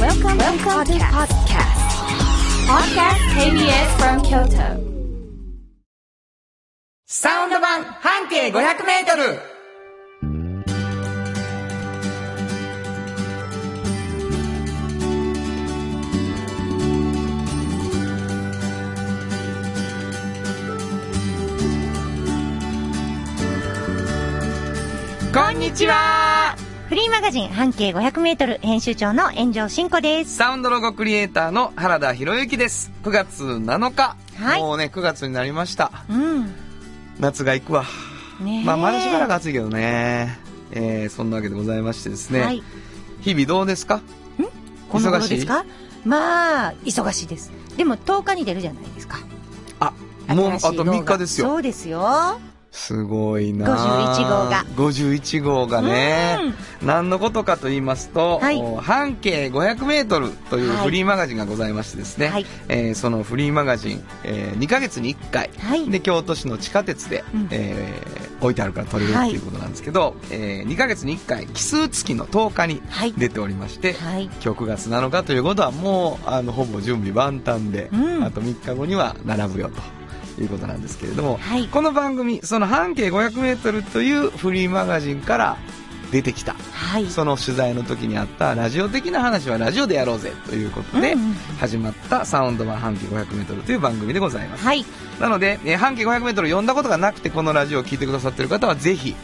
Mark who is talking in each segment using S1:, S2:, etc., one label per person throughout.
S1: Welcome, to the podcast. Podcast KBS from Kyoto.
S2: サウンド版半径500メートルこんにちは
S3: フリーマガジン半径500メートル編集長の炎上真子です。
S2: サウンドロゴクリエイターの原田博之です。9月7日。
S3: はい
S2: もうね、9月になりました。
S3: うん。
S2: 夏が行くわ。
S3: ねえ
S2: まあ、まだしばらく暑いけどね。えー、そんなわけでございましてですね。
S3: はい。
S2: 日々どうですか
S3: この
S2: 忙
S3: 頃
S2: しい
S3: ですかまあ、忙しいです。でも10日に出るじゃないですか。
S2: あ、もうあ
S3: 新しい
S2: と
S3: 動画
S2: 3日です
S3: そ
S2: よ。
S3: うですよ。
S2: すごいな
S3: 51
S2: 51号がね。何のことかと言いますと、
S3: はい
S2: お半径500メートルという
S3: はい
S2: フリーマガジンがございましてですね。
S3: はい
S2: えーそのフリーマガジン、えー2ヶ月に1回。
S3: はい。
S2: で京都市の地下鉄で、
S3: うん
S2: えー置いてあるから取れるっていうことなんですけど、え2ヶ月に1回奇数月の10日に
S3: はい。
S2: 出ておりまして、
S3: はい。
S2: 今日9月7日ということはもうあのほぼ準備万端で、
S3: うん
S2: あと3日後には並ぶよということなんですけれども、
S3: はい。
S2: この番組その半径 500m というフリーマガジンから出てきた
S3: はい。
S2: その取材の時にあったラジオ的な話はラジオでやろうぜということで、
S3: うんうん
S2: 始まったサウンド版半径 500m という番組でございます。
S3: はい。
S2: なので、えー半径 500m 読んだことがなくてこのラジオを聞いてくださってる方はぜひ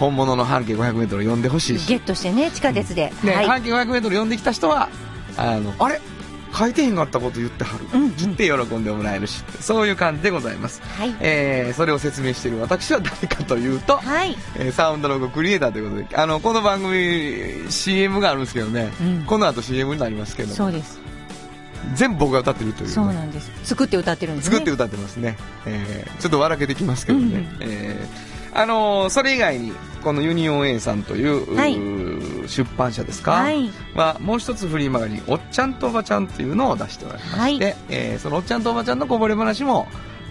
S2: 本物の半径 500m を読んでほしいし
S3: ゲットしてね、地下鉄で。
S2: ね、
S3: はい。
S2: 半径 500m 読んできた人はあのあれ書いてへんかったこと言ってはる、
S3: うんうん
S2: って喜んでもらえるしそういう感じでございます、
S3: はい。
S2: えーそれを説明している私は誰かというと、
S3: はい。
S2: えーサウンドロゴクリエイターということであのこの番組 CM があるんですけどね、
S3: うん
S2: この後 CM になりますけ
S3: そ
S2: ど
S3: うです。
S2: 全部僕が歌ってるというね、
S3: そうなんです。作って歌ってるんですね。
S2: 作って歌ってますね、えーちょっと笑けてきますけどね、えーあのーそれ以外にこのユニオン A さんという、
S3: はいう
S2: ー出版社ですか、
S3: はい。
S2: はもう一つフリーマガジン「おっちゃんとおばちゃん」というのを出しておられまして、
S3: は
S2: えーそのおっちゃんとおばちゃんのこぼれ話も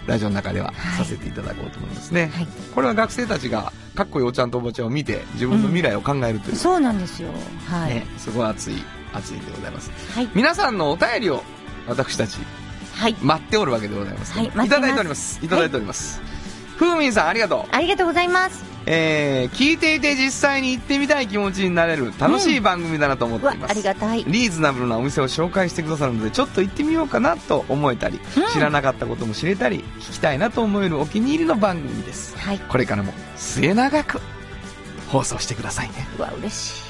S2: ラジオの中ではさせていただこうと思いますね、
S3: はい。
S2: これは学生たちがかっこいいおっちゃんとおばちゃんを見て自分の未来を考えるという、
S3: そうなんですよ。はい。
S2: ね、すごい熱い熱いでございます
S3: はい。
S2: 皆さんのお便りを私たち
S3: はい。
S2: 待っておるわけでございます、
S3: はい待ってます
S2: ただいておりますいただいております、ふうみんさんありがとう
S3: ありがとうございます。
S2: えー、聞いていて実際に行ってみたい気持ちになれる楽しい番組だなと思っ
S3: うわ
S2: ていま、す、
S3: ありがたい。
S2: リーズナブルなお店を紹介してくださるのでちょっと行ってみようかなと思えたり、
S3: うん
S2: 知らなかったことも知れたり聞きたいなと思えるお気に入りの番組です
S3: はい。
S2: これからも末永く放送してくださいね
S3: うわ、嬉し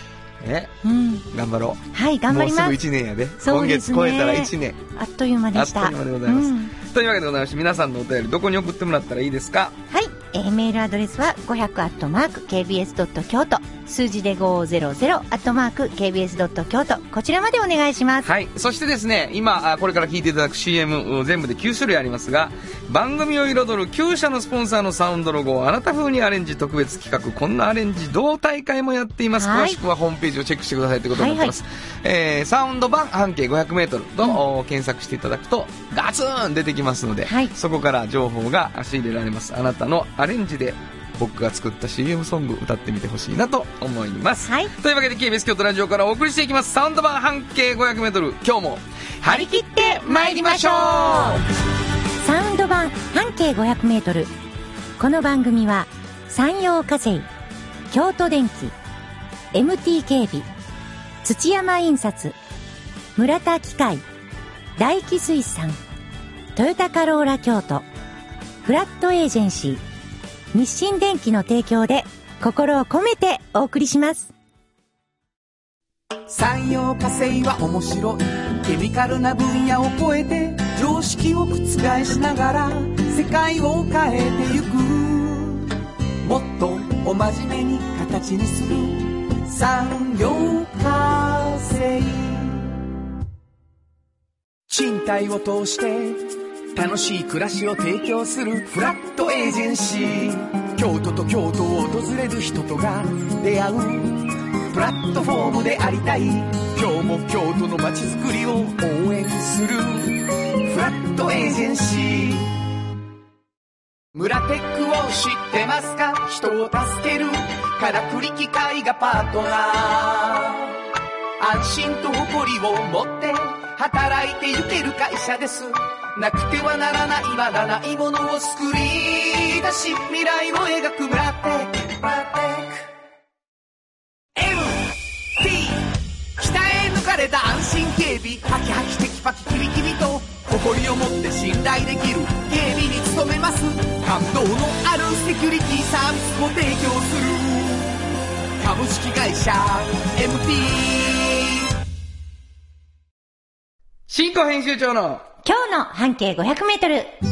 S2: え
S3: い。うん。
S2: 頑張ろう
S3: はい、頑張りま
S2: もう
S3: す。
S2: すぐ1年やで
S3: そう
S2: 今
S3: です
S2: 月
S3: ね
S2: 超えたら1年
S3: あっという間でした。
S2: あっという間でございます
S3: ん
S2: というわけでございまして皆さんのお便りどこに送ってもらったらいいですか
S3: はい、えーメールアドレスは500アットマーク KBS ドット京都、数字で500アットマーク KBS ドット京都、こちらまでお願いします。
S2: はいそしてですね今あこれから聞いていただく CM 全部で9種類ありますが番組を彩る9社のスポンサーのサウンドロゴをあなた風にアレンジ特別企画こんなアレンジ同大会もやっています
S3: は
S2: 詳
S3: い
S2: しくはホームページをチェックしてくださいということになってます、えーサウンド版半径 500m と、お検索していただくとガツン出てきますので、
S3: はい
S2: そこから情報が仕入れられますあなたのアレンジで僕が作った CM ソング歌ってみてほしいなと思います、
S3: はい
S2: というわけで KBS 京都ラジオからお送りしていきますサウンド版半径 500m 今日も張り切って参りましょう
S3: サウンド版半径500メートル。この番組は、山陽火星、京都電機、MT 警備、土山印刷、村田機械、大気水産、トヨタカローラ京都、フラットエージェンシー、日清電機の提供で心を込めてお送りします。
S4: 産業化成は面白いケミカルな分野を超えて常識を覆しながら世界を変えてゆくもっとお真面目に形にする産業化成賃貸を通して楽しい暮らしを提供するフラットエージェンシー京都と京都を訪れる人とが出会うプラットフォームでありたい今日も京都の街づくりを応援するフラットエージェンシー村テックを知ってますか人を助けるからくり機械がパートナー安心と誇りを持って働いてゆける会社ですなくてはならないまだないものを作り出し未来を描く村テック村テック MT 鍛え抜かれた安心警備ハキハキテキパキキビキビと誇りを持って信頼できる警備に努めます感動のあるセキュリティサービスを提供する株式会社 MT
S2: 新庫編集長の
S3: 今日の半径500メートル。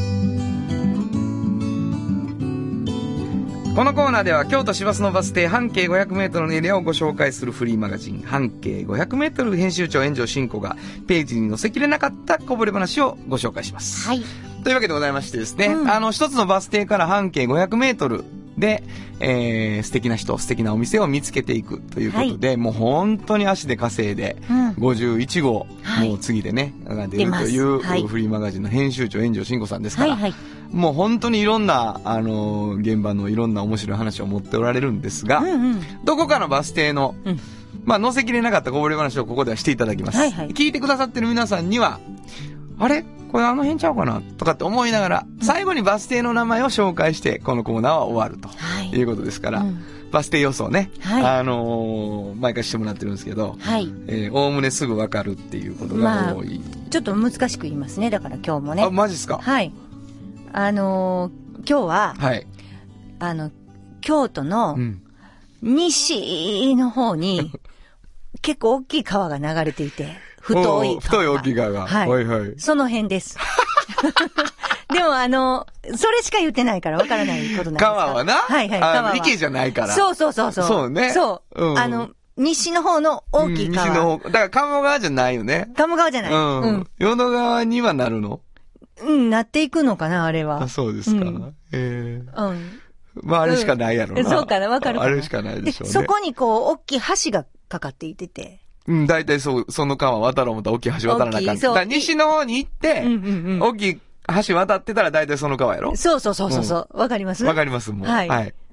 S2: このコーナーでは京都市バスのバス停半径 500m のエリアをご紹介するフリーマガジン半径 500m 編集長炎上進行がページに載せきれなかったこぼれ話をご紹介します。
S3: はい。
S2: というわけでございましてですね、
S3: うん
S2: あの、一つのバス停から半径500メートルで、えー、素敵な人、素敵なお店を見つけていくということで、もう本当に足で稼いで、
S3: うん
S2: 51号、
S3: はい
S2: もう次でね、が出
S3: 出
S2: る
S3: ます
S2: という、
S3: はい
S2: フリーマガジンの編集長、炎上慎吾さんですか
S3: はい
S2: ら、
S3: はい。
S2: もう本当にいろんな、あのー現場のいろんな面白い話を持っておられるんですが、
S3: うんうん。
S2: どこかのバス停の、
S3: うん
S2: まあ、載せきれなかったこぼれ話をここではしていただきます。
S3: はいはい
S2: 聞いてくださってる皆さんには、あれこれあの辺ちゃうかなとかって思いながら、最後にバス停の名前を紹介して、このコーナーは終わると。
S3: はい。
S2: いうことですから、
S3: うん
S2: バス停予想ね、
S3: はい
S2: あのー毎回してもらってるんですけど、
S3: はい。
S2: えー、おおむねすぐわかるっていうことが多い。
S3: ちょっと難しく言いますね。だから今日もね。
S2: あ、マジっすか
S3: はい。あのー今日は、
S2: はい。
S3: あの、京都の
S2: うん。
S3: 西の方 に、結構大きい川が流れていて、太い川
S2: おー太い大きい川が。
S3: はい。
S2: はいはい。
S3: その辺 です。 でもあの、それしか言ってないからわからないことなんですが
S2: 川はな、
S3: はいはい。
S2: あの
S3: 川は
S2: 池じゃないから。
S3: そうそうそうそう。
S2: そうね
S3: そう。
S2: うん
S3: あの、西の方の大きい川。
S2: うん西の方。だから鴨川じゃないよね。
S3: 鴨川じゃ
S2: う
S3: ない。
S2: ん。
S3: うん。
S2: 淀川にはなるの
S3: うん、なっていくのかな、あれは
S2: あ、。そうですか。
S3: うん
S2: ええ
S3: うん。
S2: まあ、あれしかないやろな。
S3: うんそうかなわかるか
S2: あ
S3: な
S2: れしかないでしょうね。
S3: そこにこう、大きい橋がかかっていてて。
S2: うん、大体そう、その川渡ろう思ったら大きい橋渡らなあか
S3: 大
S2: ん。
S3: きいそう
S2: だから西の方に行って、
S3: うんうん
S2: 大きい橋渡ってたら大体その川やろ
S3: うん。そうそうそうそうそう。わ、かります
S2: わかります、もう。
S3: はい。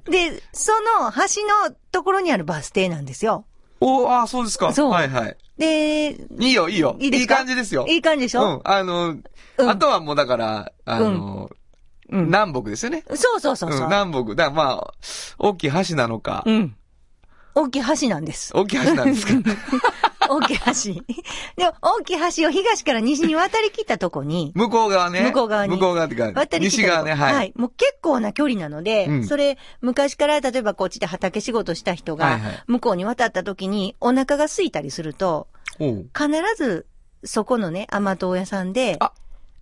S3: で、その橋のところにあるバス停なんですよ。
S2: おあ、そうですか。
S3: そう
S2: はいはい。
S3: で、
S2: いいよ、いいよ。
S3: いいですか
S2: 感じですよ。
S3: いい感じでし
S2: うん
S3: ょ、。
S2: あの、
S3: うん
S2: あとはもうだから、あの、
S3: うん
S2: 南北ですよね。
S3: そうそうそう
S2: うん
S3: そう。
S2: 南北。だからまあ、大きい橋なのか、
S3: うん。大きい橋なんです。
S2: 大きい橋なんですか
S3: 大きい橋。でも、大きい橋を東から西に渡り切ったとこに、
S2: 向こう側ね。
S3: 向こう側に
S2: 向こう側っていうか
S3: 渡、り切
S2: 西
S3: った
S2: 側
S3: とこ
S2: ね、はい。
S3: もう結構な距離なので、
S2: うん
S3: それ、昔から例えばこっちで畑仕事した人
S2: は
S3: が
S2: いはい、
S3: 向こうに渡った時にお腹が空いたりすると、
S2: おう
S3: 必ず、そこのね、甘党屋さんで、
S2: あ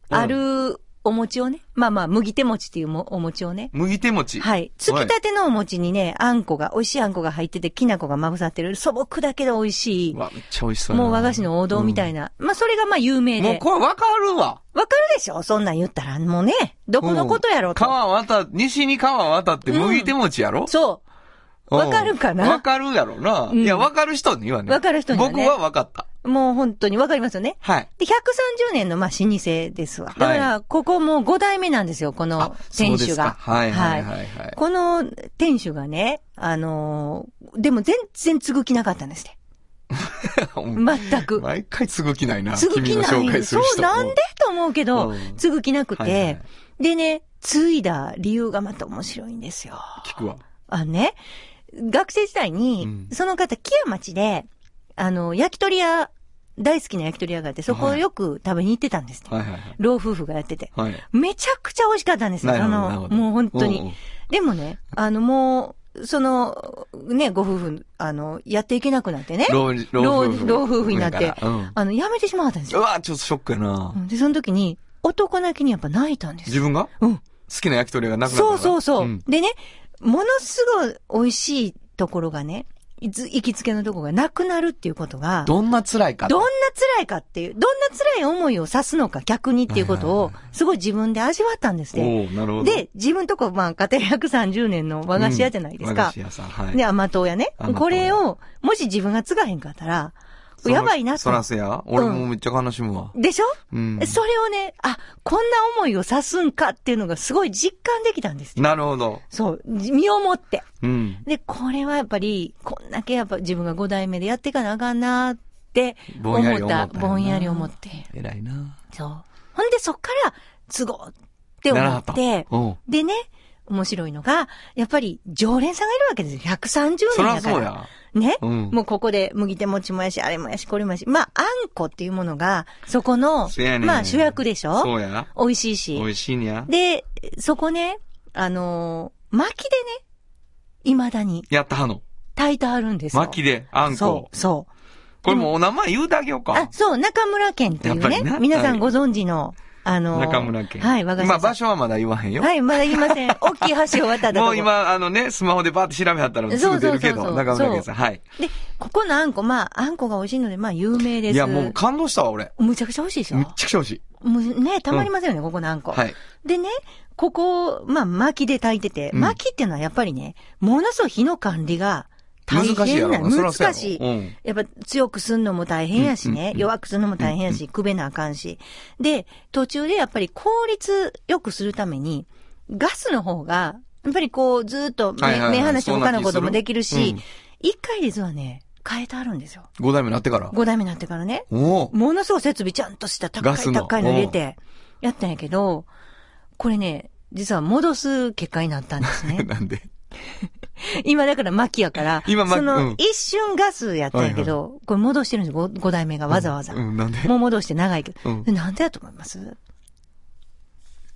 S3: あ,、
S2: うん
S3: るお餅をね、まあまあ、麦手餅っていうもお餅をね、
S2: 麦手餅。
S3: はい。つきたてのお餅にね、あんこが、美味しいあんこが入ってて、きな粉がまぶさってる、素朴だけど美味しい、
S2: うわ、めっちゃ美味しそうや
S3: も
S2: な
S3: う和菓子の王道みたいな。まあ、それがまあ有名
S2: うんもう
S3: で。
S2: これわかるわ。
S3: わかるでしょそんなん言ったら、もうね、どこのことやろと。
S2: 川渡、西に川渡って
S3: うん
S2: 麦手餅やろ、
S3: そう。
S2: うん
S3: わかるかな
S2: わかるやろな。
S3: ん
S2: いや、わかる人にはね。
S3: わかる人にはね
S2: 僕はわかった。
S3: もう本当にわかりますよね。
S2: はい。
S3: で、130年の、まあ、老舗ですわ。だか
S2: は
S3: ら、ここもう5代目なんですよ、この
S2: そ
S3: 店
S2: うで
S3: 主
S2: すか
S3: が。
S2: はいはいはいはい
S3: この店主がね、あのーでも全然継ぐ気なかったんですね。
S2: うん
S3: 全く。
S2: 毎回継ぐ気ないな。
S3: 継ぐ気
S2: 君の
S3: ない
S2: 紹介す
S3: そ
S2: る人。
S3: う、なんでと思うけど
S2: うん、
S3: 継ぐ気なくて、
S2: はいはい
S3: でね、継いだ理由がまた面白いんですよ。
S2: 聞くわ。
S3: あのね、学生時代に、
S2: うん
S3: その方、木屋町で、あの、焼き鳥屋、大好きな焼き鳥屋があって、そこをよく食べに行ってたんですね、
S2: はいはいはい。
S3: 老夫婦がやってて。
S2: はい。
S3: めちゃくちゃ美味しかったんですよ。
S2: なる
S3: あ
S2: ほどなる
S3: の、
S2: ほど
S3: もう本当
S2: うんうん
S3: に。でもね、あの、もう、その、ね、ご夫婦、あの、やっていけなくなってね。
S2: 老老夫婦
S3: 老夫婦になっ
S2: だ
S3: て、
S2: からうん
S3: あの、やめてしまったんです
S2: う
S3: よ。
S2: わ、ちょっとショックやな。
S3: で、その時に、男泣きにやっぱ泣いたんです
S2: 自
S3: よ。
S2: 分が
S3: うん。
S2: 好きな焼き鳥がなくなったか
S3: そ
S2: ら
S3: うそうそう。
S2: ん
S3: でね、ものすごい美味しいところがね、いつ行きつけのところがなくなるっていうことが、
S2: どんな辛いか
S3: どんな辛いかっていう、どんな辛い思いをさすのか客にっていうこと
S2: は
S3: を
S2: いは、
S3: すごい自分で味わったんですね。
S2: おーなるほど。
S3: で、自分とこ、まあ、家庭130年の和菓子屋じゃないです
S2: うん和菓
S3: か
S2: 子。屋さん、はい。
S3: ね、甘党屋ね
S2: 甘。党
S3: これを、もし自分が継がへんかったら、
S2: そら
S3: やばいな
S2: そ
S3: と。
S2: らせや。俺もめっちゃ悲しむわ。
S3: でしょ
S2: うん。
S3: それをね、あ、こんな思いをさすんかっていうのがすごい実感できたんですよ。
S2: なるほど。
S3: そう、じ身をもって。
S2: うん。
S3: で、これはやっぱり、こんだけやっぱ自分が5代目でやっていかなあかんなっって
S2: ぼんやり
S3: 思
S2: 思
S3: っ
S2: った
S3: た、
S2: よな
S3: ぼんやり思って。
S2: 偉いな。
S3: そう。ほんでそっから、都合って
S2: な
S3: 思
S2: らは
S3: っ
S2: った
S3: て、
S2: おう
S3: でね、面白いのが、やっぱり常連さんがいるわけですよ。130
S2: そ
S3: 年
S2: り
S3: だ
S2: ゃ
S3: か
S2: そう
S3: ら。
S2: や。
S3: ね、
S2: うん
S3: もうここで麦手もちもやし、あれもやし、これもやし。まあ、あんこっていうものが、そこの
S2: そや、ねん
S3: まあ主役でし
S2: そ
S3: ょ
S2: うや。
S3: 美味しいし
S2: 美。味しいにゃ。
S3: で、そこね、あのー薪でね、未だに
S2: やったはの。
S3: 炊いてあるんですよ。
S2: 巻きで、あん
S3: そ
S2: こ
S3: う、。そう。
S2: これもうお名前言うてあげよう
S3: あ
S2: か、。
S3: そう、中村県ってい
S2: やっ
S3: う
S2: ぱり
S3: ね
S2: な。
S3: 皆さんご存知の、あのー
S2: 中村家。
S3: はい、我が社
S2: ま
S3: さ
S2: あ
S3: ん。
S2: 場所はまだ言わへんよ。
S3: はい、まだ言いま せん。大きい橋を渡ったとこ
S2: もう今、あのね、スマホでバーって調べはったらすぐ出るけ
S3: そうそうそうそ
S2: ど、
S3: う
S2: 中村家さん。はい。
S3: で、ここのあんこ、まあ、あんこが美味しいので、まあ、有名です。
S2: いや、もう感動したわ、俺。
S3: むちゃくちゃ美味しいでしょ
S2: めっちゃくちゃ美味しい。
S3: もうね、たまりませんよね、ここのあんこ。
S2: はい。
S3: でね、ここ、まあ、薪で炊いてて、
S2: うん
S3: 薪っていうのはやっぱりね、ものすごい火の管理が大
S2: 難しいや
S3: 変な
S2: ろ
S3: の。
S2: な。そらそうや
S3: 難
S2: ろ
S3: しい。
S2: うん。
S3: やっぱ強くすんのも大変やし
S2: うんうん
S3: ね
S2: う、ん
S3: 弱くすんのも大変やし、くべなあかんし。で、途中でやっぱり効率良くするために、ガスの方が、やっぱりこう、ずーっと目、
S2: はいはいはい
S3: 目離して
S2: そんな
S3: 他
S2: 気
S3: のこともできる
S2: するう
S3: し
S2: ん、
S3: 一、回ですはね、変えてあるんですよ。
S2: 五代目なってから。
S3: 五代目になってからね。
S2: おおう。
S3: ものすごい設備ちゃんとした高
S2: ガ
S3: い
S2: スの
S3: 高いの入れて、やったんやけど、これね、実は戻す結果になったんですね。
S2: なんで。
S3: 今だから薪やから、
S2: 今薪
S3: その、
S2: うん
S3: 一瞬ガスやったんやけど、これ戻してるんですよ、5代目がわざわざ。
S2: うん、なんで。
S3: もう戻して長いけど。
S2: うん
S3: でなんでやと思います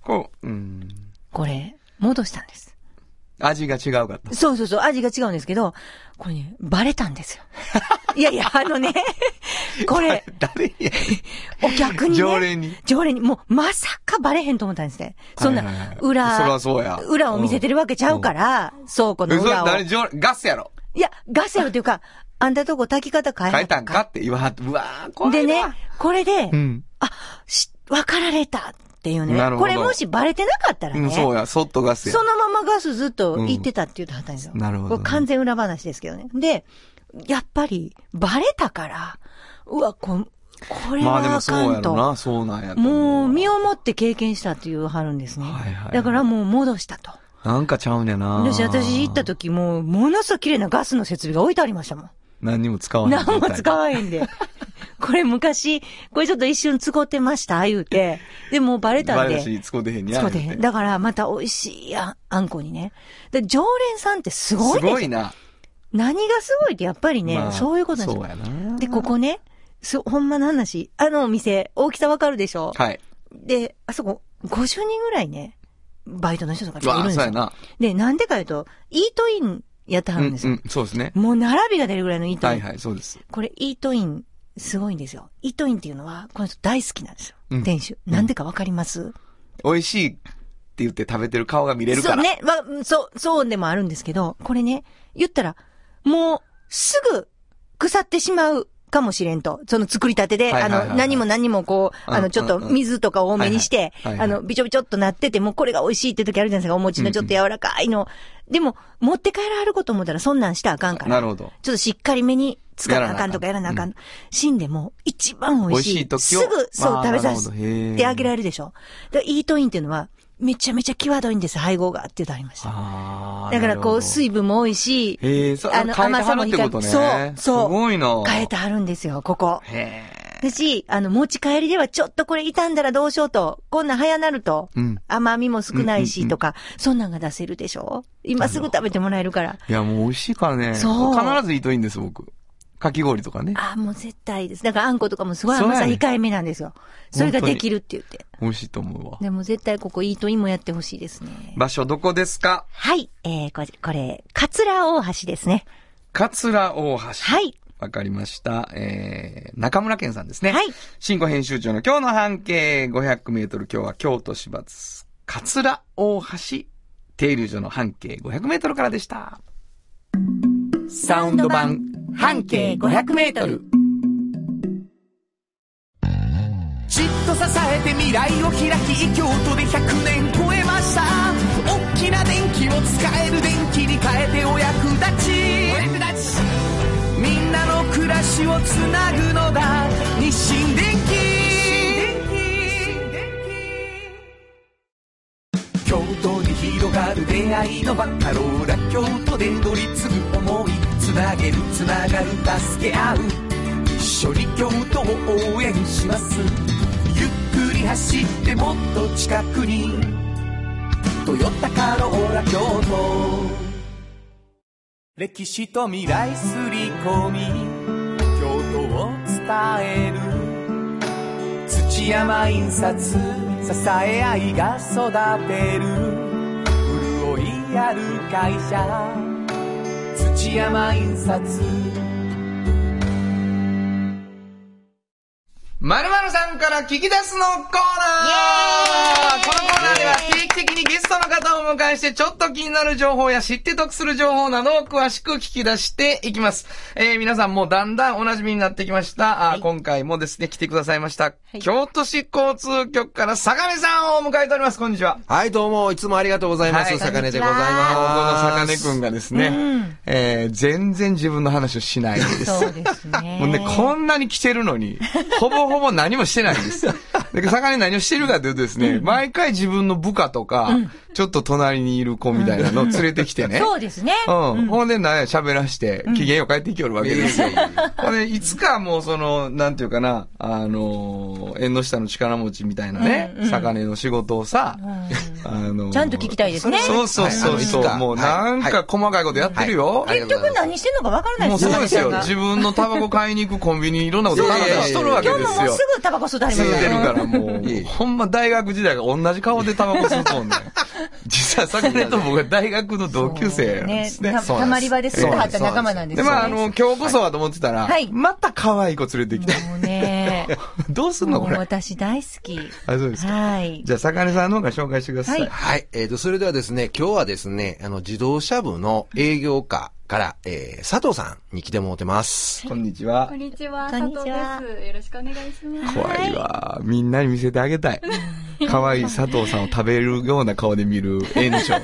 S2: こう、うん。
S3: これ、戻したんです。
S2: 味が違うかった。
S3: そうそうそう、味が違うんですけど、これね、バレたん ですよ。いやいや、あのね、これ、
S2: 誰や
S3: お客にね。
S2: 常連に。
S3: 常連に、もう、まさかバレへんと思ったんですね。そんな
S2: はいはいはい、
S3: 裏、
S2: そらそうや
S3: 裏を見せてるわけちゃうから、倉庫
S2: え、
S3: の
S2: それ
S3: 裏を。
S2: 誰、
S3: い
S2: 常連ガスやろ。
S3: や、ガセロというか、あんたとこ炊き方変え
S2: 変
S3: は
S2: え
S3: ったた
S2: ん
S3: ん
S2: か
S3: か。
S2: って言わはって、うわー、怖いな。
S3: でね、これで、
S2: うん。
S3: あ、し、わかられたっていうね
S2: なる。ほ
S3: こ
S2: ど
S3: れもしバレてなかったら
S2: う
S3: ね。
S2: ん、そうや、そっとガスや。
S3: そのままガスずっと行ってたって言ってはったんですよ。
S2: うんなるほどね
S3: これ完全裏話ですけどね。で、やっぱり、バレたから、うわ、こ、これ
S2: まあ
S3: は
S2: でも
S3: あ
S2: そう
S3: か
S2: や
S3: ん
S2: ろ
S3: と。
S2: な、そうなんやと思
S3: も
S2: う
S3: う、
S2: わ
S3: 身をもって経験したっていうはるんですね。
S2: はいはい
S3: だからもう戻したと。
S2: なんかちゃうねんな。
S3: 私、私行った時もう、ものすごい綺麗なガスの設備が置いてありましたもん。
S2: 何にも使わない。
S3: 何も使
S2: い。
S3: わへんで。 これ昔、これちょっと一瞬使ってました、言うて。で、もうバレた
S2: バ
S3: ん
S2: レた
S3: で。
S2: し、使うてへんにゃ。
S3: 使ってへん。だから、また美味しいああんこにね。で、常連さんってすごい
S2: す
S3: で
S2: ご
S3: す
S2: いな。
S3: 何がすごいって、やっぱりね、
S2: まあ
S3: そういうことなんです
S2: そう
S3: よ。
S2: やな。
S3: で、ここね、す、ほんまの話、あのお店、大きさわかるでしょ
S2: はい。
S3: で、あそこ、50人ぐらいね、バイトの人とかい
S2: わ
S3: るん
S2: あ、
S3: です
S2: そうや
S3: よ。
S2: な。
S3: で、なんでか言うと、イートインやっては
S2: う
S3: るん
S2: ん、
S3: です
S2: う
S3: よ。
S2: ん、そうですね。
S3: もう並びが出るぐらいのイートイン。
S2: はいはい、そうです。
S3: これ、イートイン、すごいんですよ。イートインっていうのは、この人大好きなんですよ。
S2: うん
S3: 店主。なんでかわかります、
S2: 美味しいって言って食べてる顔が見れる
S3: そ
S2: か
S3: う
S2: ら。
S3: ね、まあ、そう、そうでもあるんですけど、これね、言ったら、もう、すぐ、腐ってしまう。かもしれんと。その作りたてで、
S2: はいは
S3: あ
S2: いはいはい
S3: の、何も何もこう、
S2: うん
S3: あの、ちょっと
S2: うんうん
S3: 水とか多めにして、
S2: はいはいは
S3: あ
S2: いはい
S3: の、びちょびちょっとなってて、もうこれが美味しいって時あるじゃないですか。お餅のちょっと柔らかいの。でも、持って帰らはること思ったらそんなんしたらあかんから。
S2: なるほど。
S3: ちょっとしっかりめに使わなあかんとかやらなあかん。死んでも一番美味しい。
S2: 美味しい時を
S3: すぐ、そ
S2: まあ
S3: う、食べ
S2: なる
S3: さ
S2: ほど
S3: せ
S2: へー
S3: てあげられるでしょ。だからイートインっていうのは、めちゃめちゃ際どいんです、配合がって言うとありました。
S2: あー
S3: だからこう、水
S2: なる
S3: 分も多いし、
S2: ほどへえ、そう、変えてはるってことね。
S3: そう、そう。
S2: すごいな。
S3: 変えてはるんですよ、ここ。
S2: へえ。
S3: だし、あの、持ち帰りではちょっとこれ傷んだらどうしようと、こんなん早なると、
S2: うん
S3: 甘みも少ないしとか、そんなんが出せるでしょ今すぐ食べてもらえるから。
S2: いや、もう美味しいからね。
S3: そう
S2: 必ずイートインです、僕。かき氷とかね。
S3: ああ、もう絶対です。だからあんことかもすごい
S2: そうや
S3: 甘
S2: ね
S3: さ控えめなんですよ。それができるって言って。
S2: 美味しいと思うわ。
S3: でも絶対ここイートインもやってほしいですね。
S2: 場所どこですか
S3: はい。えー、これ、これ、桂大橋ですね。
S2: 桂大橋。
S3: はい。
S2: わかりました。えー、中村健さんですね。
S3: はい。
S2: 新語編集長の今日の半径500メートル、今日は京都市罰、桂大橋、停留所の半径500メートルからでした。サ
S3: ウンド版半径500メートル。
S5: じっと支えて未来を開き京都で100年超えました大きな電気を使える電気に変えてお役立ちお役立ちみんなの暮らしをつなぐのだ日清電気京都に広がる出会いのバカローラ京都で乗り継ぐ思いつなげるつながる助け合う一処理京都を応援しますゆっくり走ってもっと近くに「トヨタカローラ京都」歴史と未来すり込み京都を伝える土山印刷支え合いが育てる潤いある会社土山印刷
S2: まるまるさんから聞き出すのコーナーこのコーナーでは定期的にゲストの方をお迎えして、ちょっと気になる情報や知って得する情報などを詳しく聞き出していきます。えー皆さんもだんだんお馴染みになってきました。あー今回もですね、来てくださいました、京都市交通局から坂根さんをお迎えしております。こんにちは。
S4: はい、どうも、いつもありがとうございます。
S2: はい
S4: 坂根でござい
S2: こ
S4: ます。
S2: の坂根くんがですね、えー全然自分の話をしないんです。
S3: そうですね。
S2: もうね、こんなに来てるのに、ほぼほぼ何もしてないんです。で、坂根何をしてるかというとですね、毎回自分の部下とか、ちょっと隣にいる子みたいなのを連れてきてね。
S3: そうですね。
S2: うん。ほんで、なんや、喋らして、機嫌を変えていきよるわけですよ。ほんで、いつかもう、その、なんていうかな、あのー、縁の下の力持ちみたいなね、坂根の仕事をさ、あのー
S3: ちゃんと聞きたいですね
S2: そうそうそ
S4: は
S2: う
S4: い
S2: そう、
S4: はい
S2: もうなんか細かいことやってるよ。
S4: はい
S3: 結局何してんのかわからない
S2: も
S3: で
S2: う
S3: す
S2: そうですよ。
S3: 坂根さ
S2: 自
S3: んが
S2: 分のタバコ買いに行くコンビニいろんなこと考えたりしとるわけ
S3: 今
S2: で
S3: 日も
S2: す
S3: もう
S2: よ
S3: す。ぐタバコ吸うてはりま
S2: 吸
S3: す
S2: うて るからも、
S4: いえいうえ
S2: ほんま大学時代が同じ顔でタバコ吸うとんねん。実は昨年と僕は大学の同級生なんですね。
S3: た
S4: そうなんです
S3: たまり場で吸ってはった仲間なんです
S2: で、
S3: よね。
S2: まあ、あの、今日こそはと思ってたら、
S3: はい
S2: また可愛い子連れてきて。
S3: もうね、
S2: どうすんの
S3: もう
S2: これ。あ、
S3: 私大好 き。
S2: そうですか。
S3: はい。
S2: じゃあ、坂根さんの方が紹介してください。
S3: はい
S4: はい、えっ、と、それではですね、今日はですね、あの、自動車部の営業課から、えー、佐藤さんに来てもらってます。
S2: こんにちは
S6: こん。にちは、
S3: こん
S6: 佐
S3: にち
S6: 藤
S3: は
S6: です。よろしくお願いします。
S2: 怖いわ。みんなに見せてあげたい。可愛い佐藤さんを食べるような顔で見る園長。
S3: じ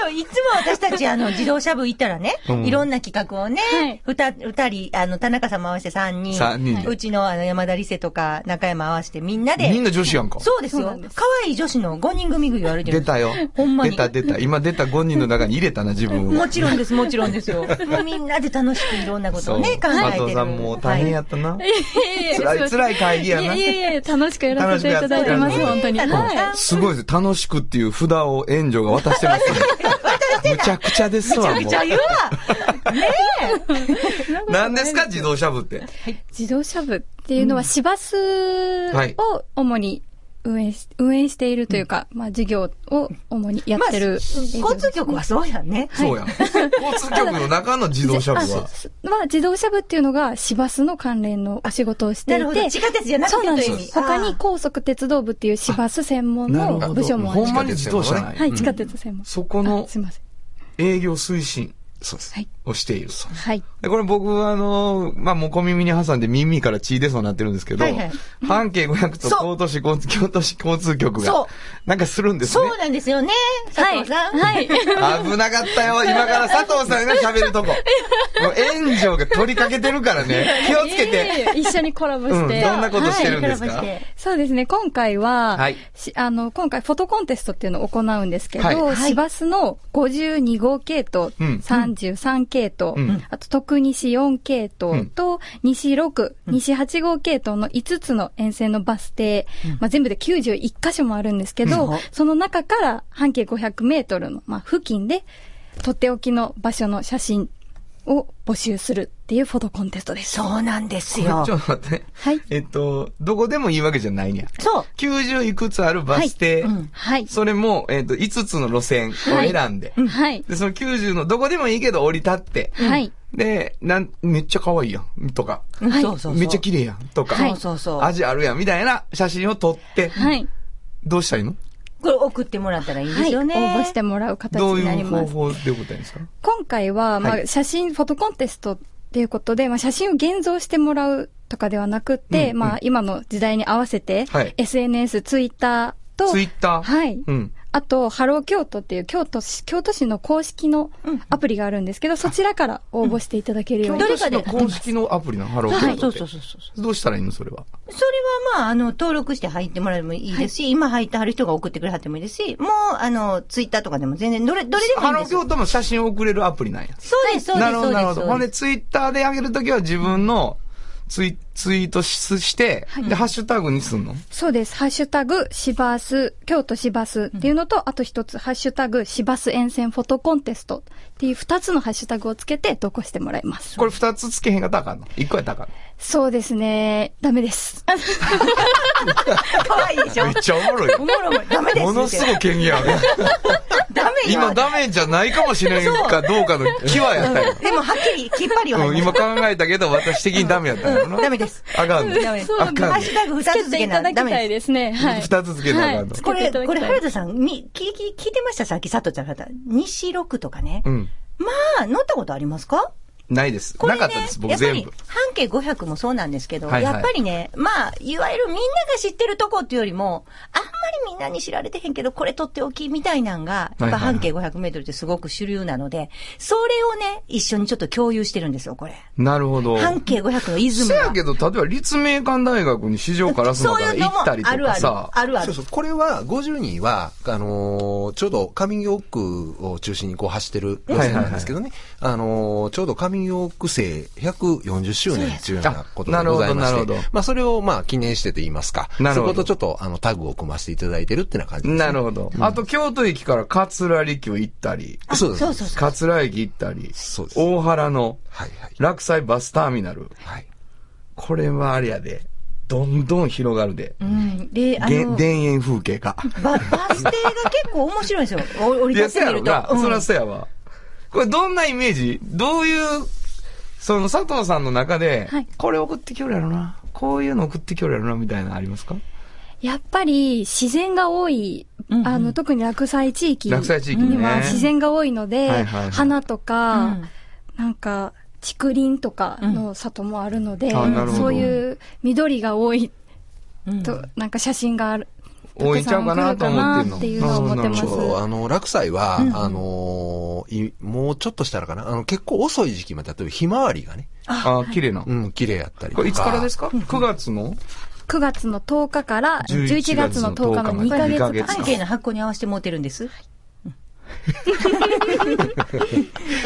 S3: ゃあ、いつも私たち、あの、自動車部行ったらね、いろんな企画をね、ふた、二人、あの、田中さんも合わせて三人。
S2: 三人で
S3: うちの、あの、山田理瀬とか、中山合わせてみんなで。
S2: みんな女子やんか。
S3: そうです
S6: そう
S3: よ
S6: なんで。す
S3: 可愛い女子の5人組ぐらいあるじゃな
S2: 出
S3: いですか。
S2: たよ。
S3: ほんまに
S2: 出た出た。今出た5人の中に入れたな、自分を。
S3: もちろんです、もちろんですよ。 もうみんなで楽しくいろんなことをね、考
S2: そう
S3: えてる。
S2: 佐藤さんも大変やったな。辛
S6: 辛
S2: い、辛い会議やな。
S6: いやいやいや、楽しくやらせていただいてます、
S2: 楽
S6: 本
S2: し
S6: 当に。
S3: 楽しくやって
S6: は
S2: すごいです。楽しくっていう札を援助が渡してますね。むちゃくちゃですわ、も
S3: めちゃくちゃ
S2: う。
S3: 言うわ
S2: 何ですか、自動車部って。
S6: い。自動車部っていうのは、市バス
S2: はい
S6: を主に運営し、運営しているというか、まあ、事業を主にやってる。
S3: 交通局はそうやんね。
S2: そうや。交通局の中の自動車部は。
S6: あまあ、自動車部っていうのが、市バスの関連のお仕事をして
S3: ないるほど。
S6: て
S3: 地、下鉄じゃなく
S6: そう
S3: て
S6: なん
S3: と
S6: で
S3: いう意
S6: す
S3: 味。。
S6: 他に
S3: あー
S6: 高速鉄道部っていう市バス専門
S2: なる
S6: の
S2: ほど
S6: 部署もあり
S2: ほんま
S6: ま
S2: に自動車な
S6: す。
S2: い。
S6: はい、地下鉄専門。
S2: そこ
S6: あ
S2: の
S6: すいません。
S2: 営業推進
S4: そうです。
S6: はい。
S2: をしている。
S6: はい。
S2: で、これ僕はあの、まあ、もう小耳に挟んで耳から血出そうになってるんですけど、
S3: はいはい
S2: 半径500と
S3: そう
S2: 京都市交通、京都市交通局
S3: そ
S2: が
S3: う、
S2: なんかするんですね。
S3: そうなんですよね。佐藤さん。
S6: はい。
S2: 危なかったよ。今から佐藤さんが喋る とこ。もう炎上が取りかけてるからね。気をつけ
S6: いえい
S2: て。
S6: え一緒にコラボ
S2: う
S6: し
S2: ん。
S6: て。
S2: どんなことしてるんです
S3: コラ
S2: か
S3: ボして
S6: そうですね、今回は、
S2: はい
S6: しあの、今回フォトコンテストっていうのを行うんですけど、
S2: はい
S6: 市
S2: は
S6: バ
S3: い
S6: 市バスの52号系統、
S2: うん
S6: 33系
S2: う
S6: 統、
S2: ん
S6: あと徳西4系統と、西6、西8号系統の5つの沿線のバス停、まあ、全部で91箇所もあるんですけど、その中から半径500メートルの、まあ、付近で、とっておきの場所の写真を募集するっていうフォトコンテストです。
S3: そうなんです
S2: ちょ
S3: よ
S2: っ。と待ってね。
S6: はい。
S2: えっと、どこでもいいわけじゃないんや。
S3: そう。
S2: 90いくつあるバス停。
S3: はいうん
S6: はい。
S2: それも、えっと、5つの路線を選んで。
S6: はい。
S2: で、その90のどこでもいいけど降り立って。
S6: はい。
S2: で、なん、めっちゃ可愛いやん。とか。
S6: はい
S3: そうそうそう。
S2: めっちゃ綺麗やん。とか。
S6: はい
S3: そうそうそう。
S2: 味あるやん。みたいな写真を撮って。
S6: はい。
S2: どうしたらいいの
S3: これ送ってもらったらいいで
S6: は
S3: す
S6: い、
S3: よ
S6: 応
S3: ね。
S6: 募してもらう形
S2: どう
S6: にないり
S2: う方
S6: ます。
S2: 法で答えですか
S6: 今回は、ま
S2: は
S6: あ、写真、フォトコンテストっていうことで、まあ、写真を現像してもらうとかではなくて、
S2: うん
S6: ま
S2: うん
S6: あ、今の時代に合わせて、
S2: はい
S6: SNS、ツイッターと、
S2: ツイッター。
S6: はい。
S2: うん。
S6: あと、ハロー京都っていう京都市、京都市の公式のアプリがあるんですけど、そちらから応募していただけるように。
S3: どれかで
S2: 京都市の公式のアプリのハロー
S3: は
S2: 京
S3: い。そ
S2: 都っ
S3: う
S2: て
S3: そうそうそう。
S2: どうしたらいいのそれは。
S3: それはまあ、あの、登録して入ってもらえてもいいですし、今入ってはる人が送ってくれはってもいいですし、もう、あの、ツイッターとかでも全然、どれ、どれでもい
S2: ハ
S3: いん
S2: ロ
S3: で
S2: ー
S3: すよ。
S2: 京都も写真を送れるアプリなんや。
S3: そうです、そうで
S2: な
S3: す、
S2: るほ
S3: そ
S2: ど、
S3: う
S2: なる
S3: で
S2: ほ
S3: す
S2: ど。
S3: そ
S2: ほ
S3: うんで
S2: で、ツイッターで上げるときは自分のツイツイートしして、で、ハッシュタグにすんの
S6: そうです。ハッシュタグ、市バス、京都市バスっていうのと、あと一つ、ハッシュタグ、市バス沿線フォトコンテストっていう二つのハッシュタグをつけて投稿してもらいます。
S2: これ二つつけへんが高いの一個や高い
S6: そうですね。ダメです。
S3: 可愛いでしょ
S2: の。めっちゃおもろい。
S3: おもろい。ダメですって。
S2: ものすごい権威ある。
S3: ダメよ
S2: 今ダメじゃないかもしれんかどうかの際やった よ。
S3: でもはっきり、きっぱりは
S2: う
S3: 入
S2: ん
S3: りま
S2: 今
S3: した。
S2: 考えたけど、私的にダメやったよな。
S3: ダメです。
S2: あかんの。
S3: ダメです。
S6: そう
S2: あかん
S3: ハ
S2: の
S3: ッ。シュタグ二つ
S6: つけ
S3: 付
S6: て
S3: け
S6: いた
S3: な
S6: だき
S3: ダメ
S6: た
S3: です
S6: いですね。はい。
S2: 二つ付けなあかんの
S6: はい
S3: これ、
S6: つけていただきたい
S3: これ、原田さん、み、聞き、聞いてましたさっき、佐藤ちゃん方。西六とかね。
S2: うん。
S3: まあ、乗ったことありますか
S2: ないです。
S3: これ
S2: な
S3: ね、
S2: かったです、僕
S3: やっぱ
S2: 全
S3: り
S2: 部。
S3: 半径500もそうなんですけど、
S2: はいはい
S3: やっぱりね、まあ、いわゆるみんなが知ってるとこっていうよりも、あんまりみんなに知られてへんけど、これとっておきみたいなんが、や
S2: は
S3: っ
S2: いは
S3: ぱ
S2: い
S3: 半径500メートルってすごく主流なので、それをね、一緒にちょっと共有してるんですよ、これ。
S2: なるほど。
S3: 半径500のイズム
S2: せ
S3: が
S2: や。けど、例えば立命館大学に市場からす
S3: そ
S2: の
S3: う
S2: か
S3: いう
S2: ら
S3: の
S2: 行
S3: も
S2: ったりと
S3: ある
S2: か
S3: ある。
S2: さ、
S3: あるあ
S4: そ
S3: る
S4: う。そう。これは、52は、あのーちょうど上京区を中心にこう走ってる路線なんですけどね。あのーちょうど上京区生140周年っていうようなことでござ
S2: あなるほ
S4: いまし
S2: どな
S4: て
S2: るほど、
S4: まあそれをまあ記念してと言いますか
S2: な、る
S4: そ
S2: ほど
S4: ことちょっとあのタグを組ませていただいてるってな感じですね。
S2: なるほど。あと、京都駅から桂離宮行ったり、
S3: あ
S4: そうです
S3: そうそうそう。
S2: 桂駅行ったり
S4: そうで、す
S2: 大原の
S4: はいはい。
S2: 落西バスターミナル。
S4: はい。
S2: これはあれやで、どんどん広がるで。
S3: うん。で、あ
S2: げ
S3: の
S2: 田、園風景が。
S3: ババス停が結構面白いんですよ。お降り
S2: いや、
S3: 立
S2: そ
S3: って
S2: や
S3: みる
S2: ろ
S3: と。う
S2: な。
S3: ん
S2: そらそやわ。これどんなイメージどういう、その佐藤さんの中で
S6: はい、
S2: これ送ってきよるやろな。こういうの送ってきよるやろな、みたいなのありますか
S6: やっぱり自然が多い、あの、特に落西地域に
S2: 落西地域ね
S6: は自然が多いので、
S2: はいはいはい
S6: 花とか、
S3: うん
S6: なんか、竹林とかの里もあるの
S2: う
S6: で、
S2: んあなるほど
S6: そういう緑が多い
S3: うん
S6: と、なんか写真がある。
S2: 多いんちゃうかなと思ってんの
S6: たくさん来るかなっていうのを思ってま
S2: な
S6: す
S2: るほどなるほど
S4: そう、あの、落西は、あのーいもうちょっとしたらかな、あの、結構遅い時期まで、例えばひまわりがね、
S2: あ、綺麗な。
S4: うん、綺麗やった
S2: こ
S4: りとか。
S2: れいつからですか ?9 月の
S6: 9月の10日から
S2: 11
S6: 11
S2: 月
S6: 月
S2: の
S6: の
S2: 10
S6: 10
S2: 日
S6: 日
S2: まで
S6: の2ヶ月
S2: 二ヶ
S6: 間
S2: 月。
S3: 半径の発行に合わせて持ってるんです。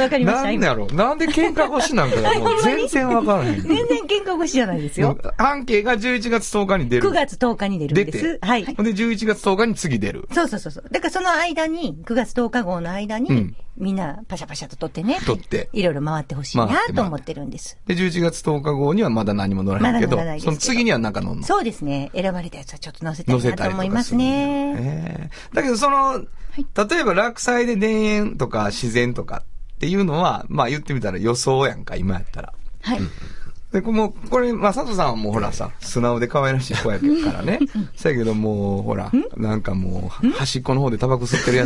S3: わかりました
S2: なんや
S3: 今
S2: ろなんで喧嘩腰なんかが もう全然わからへん。
S3: 全然喧嘩腰じゃないですよ。
S2: 半径が11月10日に出る。
S3: 9月10日に出るんで
S2: 出
S3: す。はい。
S2: ほんで11月10日に次出る。
S3: そうそうそうそう。だからその間に、9月10日号の間に、
S2: うん
S3: みんなパシャパシャと撮ってね。
S2: 撮って
S3: いろいろ回ってほしいな
S2: 回って
S3: と思ってるんです。
S2: で、11月10日号にはまだ何も乗らへんけ
S3: まだ乗
S2: ど、
S3: らないですけ
S2: そ
S3: ど
S2: の次には中乗んの。
S3: そうですね。選ばれたやつはちょっと載せた
S2: 載せ
S3: い
S2: た
S3: なと
S2: りと
S3: 思
S2: か
S3: いますね。
S2: ええだけどその、例えば落西で田園とか自然とかっていうのは、まあ言ってみたら予想やんか、今やったら。
S6: はい。
S2: で、これもう、これ、まあ、佐藤さんはもうほらさ、素直で可愛らしい子やからね。そやけどもう、ほら、なんかもう、端っこの方でタバコ吸ってるや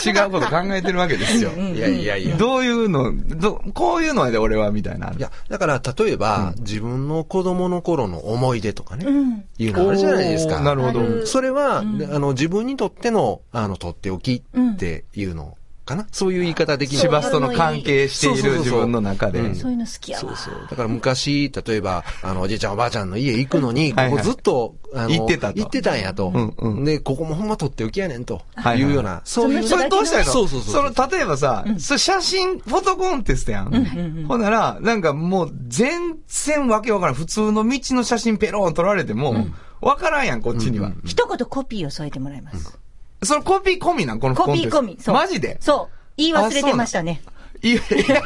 S2: つは、違うこと考えてるわけですよ。
S4: いやいやいや。
S2: どういうの、ど、こういうのやで俺は、みたいな。
S4: いや、だから、例えば、自分の子供の頃の思い出とかね、いうのあるじゃないですか。
S2: おーなるほど。
S4: それは、であの、自分にとっての、あの、とっておきっていうのかな、そういう言い方的に。
S2: 市バスとの関係してい
S4: そうそ
S2: る
S4: うそう
S2: 自
S4: そう
S2: 分の中で。
S4: うん
S3: そういうの好きやわ。
S4: そうそう。だから昔、例えば、あの、おじいちゃんおばあちゃんの家行くのに、
S2: はい
S4: こ
S2: はい
S4: こずっと、あの、
S2: 行ってたと
S4: 行ってたんやと。
S2: うんうん
S4: で、ここもほんまとっておきやねんと。
S2: はいはい
S4: いうような、そういう。
S2: それどうしたらいいの
S4: そうそうそうそう。
S2: その、例えばさ、それ写真、フォトコンテストやん。ほんなら、なんかもう、全然わけわからん。普通の道の写真ペロン撮られても、わからんやん、こっちには。
S3: 一言コピーを添えてもらいます。
S2: それコピー込みなんこの
S3: コ
S2: コン
S3: ピ
S2: テ
S3: ー
S2: スト
S3: 込み。そう。
S2: マジで
S3: そう。言い忘れてましたね。
S2: いやいや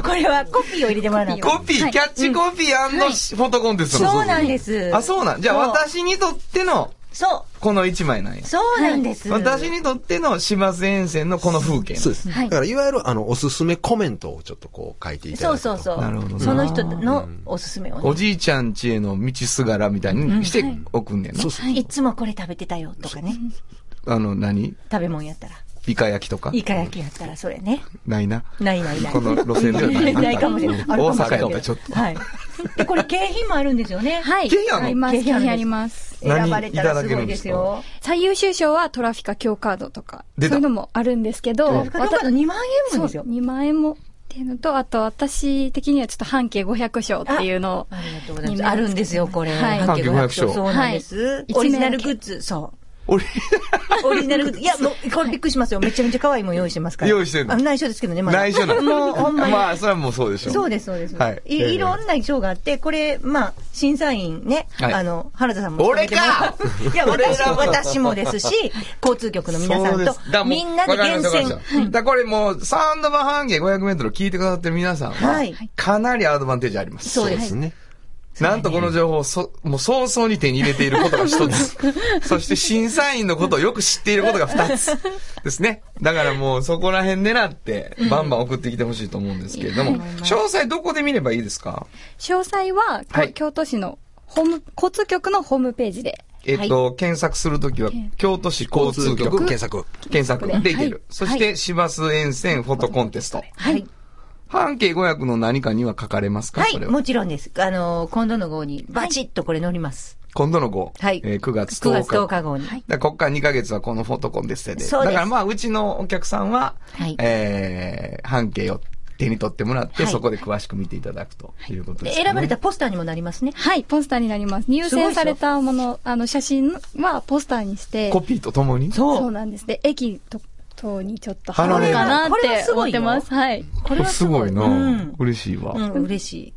S3: これはコピーを入れてもらわないと。
S2: コピー、キャッチコピーフォトコンテスト
S3: そうなん
S2: す。
S3: です。
S2: あ、そうなん。じゃ
S3: そ
S2: あ
S3: う
S2: 私にとっての、
S3: そ
S2: この一枚なんや
S3: う。。そうなんです。
S2: 私にとっての島津沿線のこの風景。
S4: そうです。
S6: はい
S4: だから、いわゆる、あの、おすすめコメントをちょっとこう書いていた
S3: そ
S4: だ
S3: う
S4: くと。
S3: そう
S4: う。
S3: そう。
S2: なるほどな
S3: その人のおすすめを
S2: お
S3: ね。
S2: じいちゃん家への道すがらみたいにしておくんねんな。
S3: いつもこれ食べてたよとかね。
S2: あの、何
S3: 食べ物やったら。
S2: イカ焼きとか
S3: イカ焼きやったらそれね。
S2: ないな。
S3: ないない ない。
S2: この路線ではない。
S3: ないかもしれない。あるか
S2: 大
S3: もしれな
S2: 阪
S3: い
S2: やったらちょっと。
S3: はい。で、これ景品もあるんですよね。
S6: はい。
S2: 景品あんの
S6: あります。
S3: 景品
S6: 景
S3: あるんです
S6: 品あります。
S2: 何
S3: 選ばれたらすごいですよ。
S6: 最優秀賞はトラフィカ強カードとか、そ
S2: 出
S6: う
S2: た
S6: いうのもあるんですけ
S3: ト
S6: ど、
S3: ラフィカ強カード2万円分です
S6: そ
S3: よ。
S6: う2万円もっていうのと、あと私的にはちょっと半径500章っていうのを、
S3: ありがとうございます。あるんですよ、これ。
S6: はい
S3: 半径
S2: 半径500章
S3: そうなんです。
S6: はい
S3: オリジナルグッズ、そう。
S2: 俺、
S3: オリジナルグッズ。いや、もう、これびっくりしますよ。めちゃめちゃ可愛いもん用意してますから。
S2: 用意してんの
S3: あ内緒ですけどね、まだ。
S2: 内緒なの。
S3: もう、ほんまに。
S2: まあ、それはもうそうでしょ。
S3: そうです、そうです。
S2: はい
S3: い。いろんな賞があって、これ、まあ、審査員ね、
S2: はい
S3: あの、原田さんも務めてもらって。い や、私、私もですし、交通局の皆さ
S2: そうんで
S3: と
S2: すだから、もう
S3: みんなで
S2: わかり
S3: 厳
S2: ました
S3: 選。
S2: わかりましただからこれもう、サウンド版半径500メートル聞いてくださってる皆さん
S3: は
S2: は、
S3: い
S2: かなりアドバンテージあります。
S3: そうで
S4: ですす。ね。
S2: なんとこの情報をそ、もう早々に手に入れていることが一 つ。そして審査員のことをよく知っていることが二つ。ですね。だからもうそこら辺狙って、バンバン送ってきてほしいと思うんですけれども、詳細どこで見ればいいですか
S6: 詳細は、きょ
S2: はい
S6: 京都市のホーム、交通局のホームページで。
S2: えっと、検索するときは、京都市交通局
S4: 検索。
S2: 検索でいけ
S6: は
S2: る
S6: い。
S2: そして、市バス沿線フォトコンテスト。
S3: はい。
S2: 半径500の何かには書かれますか
S3: は
S2: そ
S3: い、
S2: れは
S3: も。ちろんです。あの、今度の号に、バチッとこれ乗ります。
S2: 今度の号。
S3: はい。
S2: えー9月
S3: 9
S2: 10
S3: 月
S2: 日。
S3: 10日号に。
S2: だからこっから2ヶ月はこのフォトコンテストやで。
S3: そうです
S2: だからまあ、うちのお客さんは、
S3: はい
S2: えー、半径を手に取ってもらって、
S3: はい
S2: そこで詳しく見ていただくということ
S3: で
S2: です、ね。
S3: 選ばれたポスターにもなりますね。
S6: はい、ポスターになります。入
S3: すごいでしょ
S6: 選されたもの、あの、写真はポスターにして、
S2: コピーとともに。
S6: そう
S3: う。
S6: なんです。で、駅と、等にちょっと貼
S2: 貼ら
S6: ろう
S2: れる
S6: かなっ
S3: これは
S6: て
S3: す
S6: 思
S3: ご
S6: っ
S3: いよ
S6: てます。はい。
S3: これは
S2: す
S3: す
S2: ご
S3: ごい
S2: いな、
S3: うん
S2: 嬉しいわ。
S3: うん、嬉しい。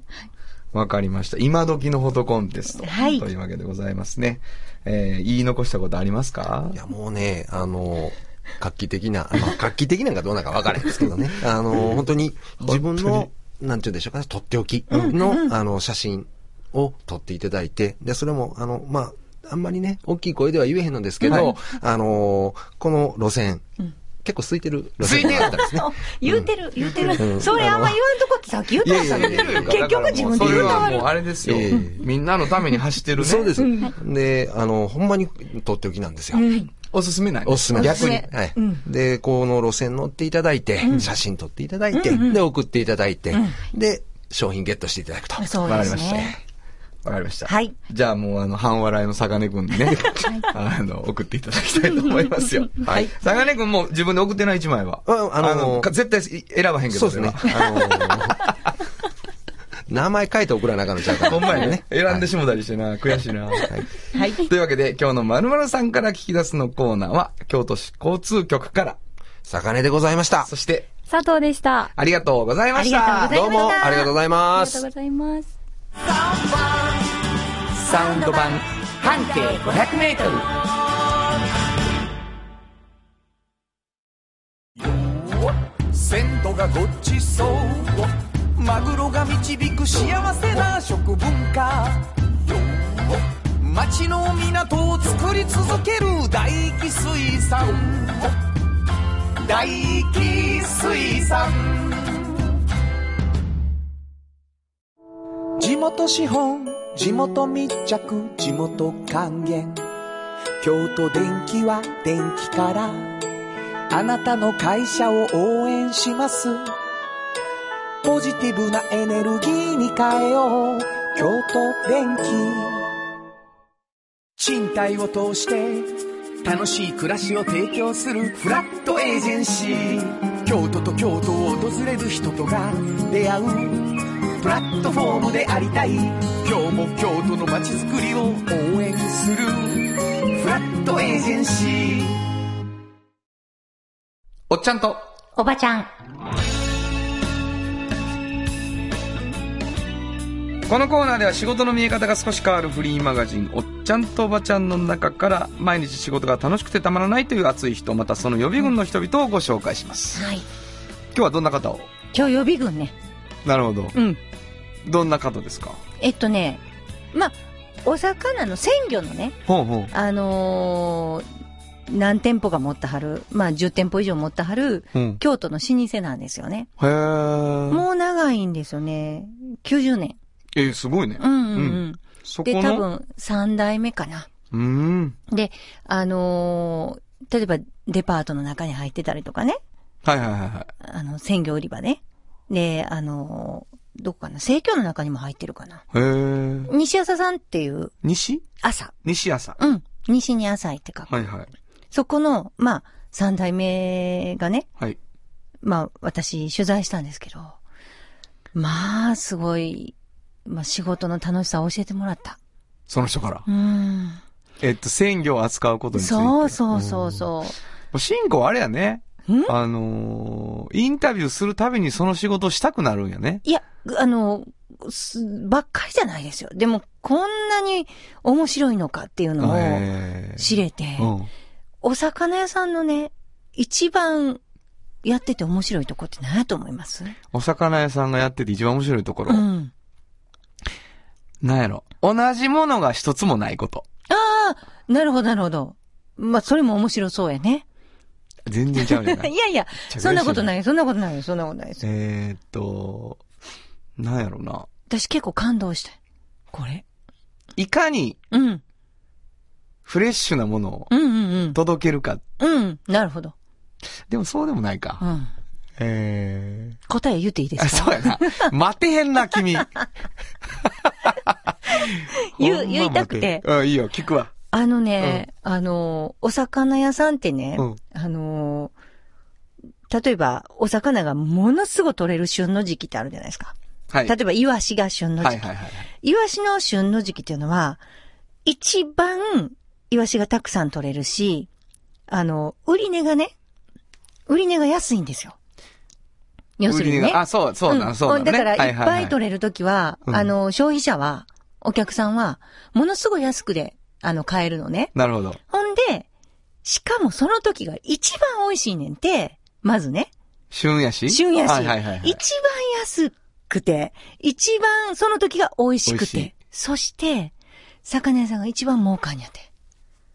S2: わかりました。今時のフォトコンテスト。
S3: はい
S2: というわけでございますね。えー、言い残したことありますか
S4: いや、もうね、あの、画期的な、まあ、画期的なんかどうなんかわからないですけどね。あの、本当に自分の、なんて言うんでしょうかね、とっておきの、あの、写真を撮っていただいて、で、それも、あの、まあ、あんまりね、大きい声では言えへんのですけ
S2: はい
S4: ど、あの、この路線、結構空いてる路線があったんですね。
S3: 言うてる、言うて
S4: う
S3: る。
S4: ん
S3: それあんま言わんとこってさっき言ってましたね
S4: いやいやいやい。や
S3: 結局自分で
S2: それ
S3: 言うた
S2: は
S3: わ
S2: もう
S3: る。
S2: あれですよ、
S4: ええ
S2: みんなのために走ってるね。
S4: そうです。で、あの、ほんまにとっておきなんですよ。
S2: おすすめない
S4: おすすめです
S2: 逆に。
S4: はい。で、この路線乗っていただいて、写真撮っていただいて、で、送っていただいて、で、商品ゲットしていただくと。
S3: そう
S2: わか
S3: で
S2: り
S3: す
S2: ました
S3: ね。。
S2: わかりました。
S3: はい。
S2: じゃあもうあの、半笑いの坂根くんにね、あの、送っていただきたいと思います よ。はい。坂根くんも自分で送ってない一枚は。
S4: ああのー
S2: か絶対選ばへんけど。
S4: そうですね
S2: 俺は。
S4: あのー 名前書いて送らなあかんのちゃうか
S2: ほんまやね。選んで
S4: し
S2: しもたりしてな、悔しいな。
S3: はい。
S2: というわけで、今日のまるまるさんから聞き出すのコーナーは、京都市交通局から、
S4: 坂根でございました
S2: そ。して、
S6: 佐藤でした。あ
S2: ありがとうございました。
S3: ありがと
S4: ど
S3: う
S4: う
S3: ございました
S4: もありがとうございま
S6: りがとう
S4: す
S6: ご。ざいます。
S2: サウンド版半径500メートル。
S5: 鮮度がごちそうマグロが導く幸せな食文化町の港を作り続ける大気水産大気水産地元資本地元密着地元還元京都電気は電気からあなたの会社を応援します。ポジティブなエネルギーに変えよう。京都電気。賃貸を通して楽しい暮らしを提供するフラットエージェンシー。京都と京都を訪れる人とが出会う。プラットフォームでありたい。今日も京都の街づくりを応援する。フラットエージェンシー。
S2: おっちゃんと、
S7: おばちゃん。
S2: このコーナーでは仕事の見え方が少し変わるフリーマガジン「おっちゃんとおばちゃん」の中から毎日仕事が楽しくてたまらないという熱い人またその予備軍の人々をご紹介します
S3: はい。
S2: 今日はどんな方を
S3: 今日予備軍ね。
S2: なるほど
S3: うん。
S2: どんな方ですか
S3: えっとね、まあ、お魚の鮮魚のね、
S2: ほうほう
S3: あのー何店舗か持ってはる、まあ、10店舗以上持ってはる、
S2: うん
S3: 京都の老舗なんですよね。
S2: へー
S3: もう長いんですよね。90年。
S2: えーすごいね
S3: うんうんうん。
S2: そこ
S3: で、
S2: の
S3: 多分、3代目かな。
S2: うーん
S3: で、あのー例えば、デパートの中に入ってたりとかね。
S2: はいはいはいはい
S3: あの、鮮魚売り場ね。で、あのーどこかな生協の中にも入ってるかな。
S2: へー
S3: 西朝さんっていう
S2: 西
S3: 朝。
S2: 西朝
S3: うん。西に朝井って書く。
S2: はいはい
S3: そこの、まあ、三代目がね、
S2: はい
S3: まあ、私取材したんですけど、まあ、すごい、まあ、仕事の楽しさを教えてもらった。
S2: その人から
S3: うん。
S2: えっと、鮮魚を扱うことについて。
S3: そうそうそうそう。
S2: シンコはあれやね
S3: ん。
S2: あのーインタビューするたびにその仕事したくなるんやね。
S3: いや、あの、すばっかりじゃないですよ。でも、こんなに面白いのかっていうのを
S2: え
S3: 知れて、
S2: ーうん。
S3: お魚屋さんのね、一番やってて面白いとこって何やと思います
S2: お魚屋さんがやってて一番面白いところ。
S3: うん。
S2: なんやろ。同じものが一つもないこと。
S3: なるほど、なるほど。まあ、それも面白そうやね。。
S2: 全然ちゃうじゃない。
S3: やいや、 そんなことないい、そんなことないよ、そんなことないです。
S2: えーっと、なんやろな。
S3: 私結構感動した。これ。
S2: いかに
S3: うん。
S2: フレッシュなものを
S3: うんうん
S2: 届けるか。
S3: うん。うん。なるほど。
S2: でもそうでもないか。
S3: うん。
S2: えー
S3: 答え言っていいで
S2: あ、
S3: す
S2: そ
S3: か
S2: うやな。待てへんな、君。
S3: 言う
S2: ほんま
S3: 言いたくて
S2: 待へんうん、いいよ、聞くわ。
S3: あのね、あの、お魚屋さんってね、
S2: うん
S3: あの、例えば、お魚がものすごい取れる旬の時期ってあるじゃないですか。
S2: はい。
S3: 例えば、イワシが旬の時期。
S2: はいはいはい。
S3: イワシの旬の時期っていうのは、一番イワシがたくさん取れるし、あの、売値がね、売値が安いんですよ。要するに
S2: 売り
S3: ね
S2: 値。があ、そう、そうだ、
S3: ん
S2: そうだ、ね。
S3: だから、いっぱい
S2: れ
S3: 取れるときは、
S2: うん
S3: あの、消費者は、お客さんは、ものすごい安くで、あの、買えるのね。
S2: なるほど。
S3: ほんで、しかもその時が一番美味しいねんて、まずね、
S2: 旬やし
S3: 旬やし、
S2: はいはいはい、はい。
S3: 一番安くて、一番その時が美味しく
S2: 美味しい
S3: て、そして、魚屋さんが一番儲かんやて。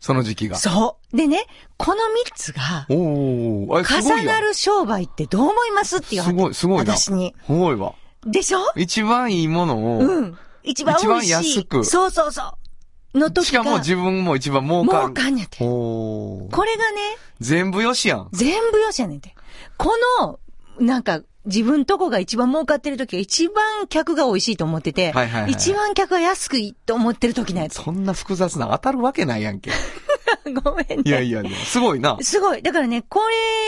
S2: その時期が。
S3: そう。でね、この三つが、
S2: おお、あれすご
S3: 重
S2: いやん
S3: なる商売ってどう思いますって言わ
S2: す
S3: れて。
S2: ごい、すごいな。
S3: 私に。
S2: すごいわ。
S3: でしょ
S2: 一番いいものを、
S3: うん。一番美味しい。
S2: 一番安く
S3: そうそうそう。の時
S2: し
S3: が。
S2: かも自分も一番儲かる。
S3: 儲かんやて
S2: おお。
S3: これがね、
S2: 全部よしやん。
S3: 全部よしやねんて。この、なんか、自分とこが一番儲かってる時が一番客が美味しいと思ってて、
S2: はいはいはい
S3: 一番客が安くいいと思ってる時のやつ。
S2: そんな複雑な当たるわけないやんけ。
S3: ごめんね。
S2: いやいやいや、すごい な。
S3: すごい。だからね、こ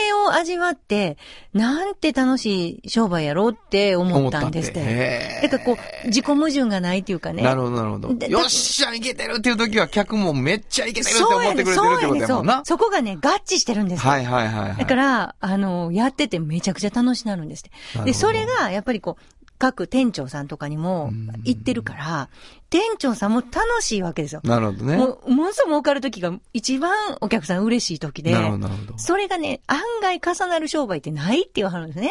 S3: れを味わって、なんて楽しい商売やろうって思ったんですっ
S2: 思ったん
S3: て
S2: て。
S3: だからこう、自己矛盾がないっていうかね。
S2: なるほど、なるほど。
S3: で
S2: よっしゃ、いけてるっていう時は客もめっちゃいけてるって
S3: そう
S2: 思
S3: や
S2: って
S3: ね、
S2: くれてる
S3: そ
S2: っ
S3: う
S2: て
S3: や
S2: こと
S3: ね、
S2: や
S3: そ
S2: もんな
S3: う。。そこがね、合致してるんですよ。
S2: はいはいはいはい。
S3: だから、あの、やっててめちゃくちゃ楽しなるんですって。
S2: な
S3: で、
S2: るほど
S3: それが、やっぱりこう、各店長さんとかにも行ってるから、店長さんも楽しいわけですよ。
S2: なるほどね。
S3: もう、ものすごい儲かる時が一番お客さん嬉しい時で
S2: なるほど、、なるほど。
S3: それがね、案外重なる商売ってないって言わはるんですね。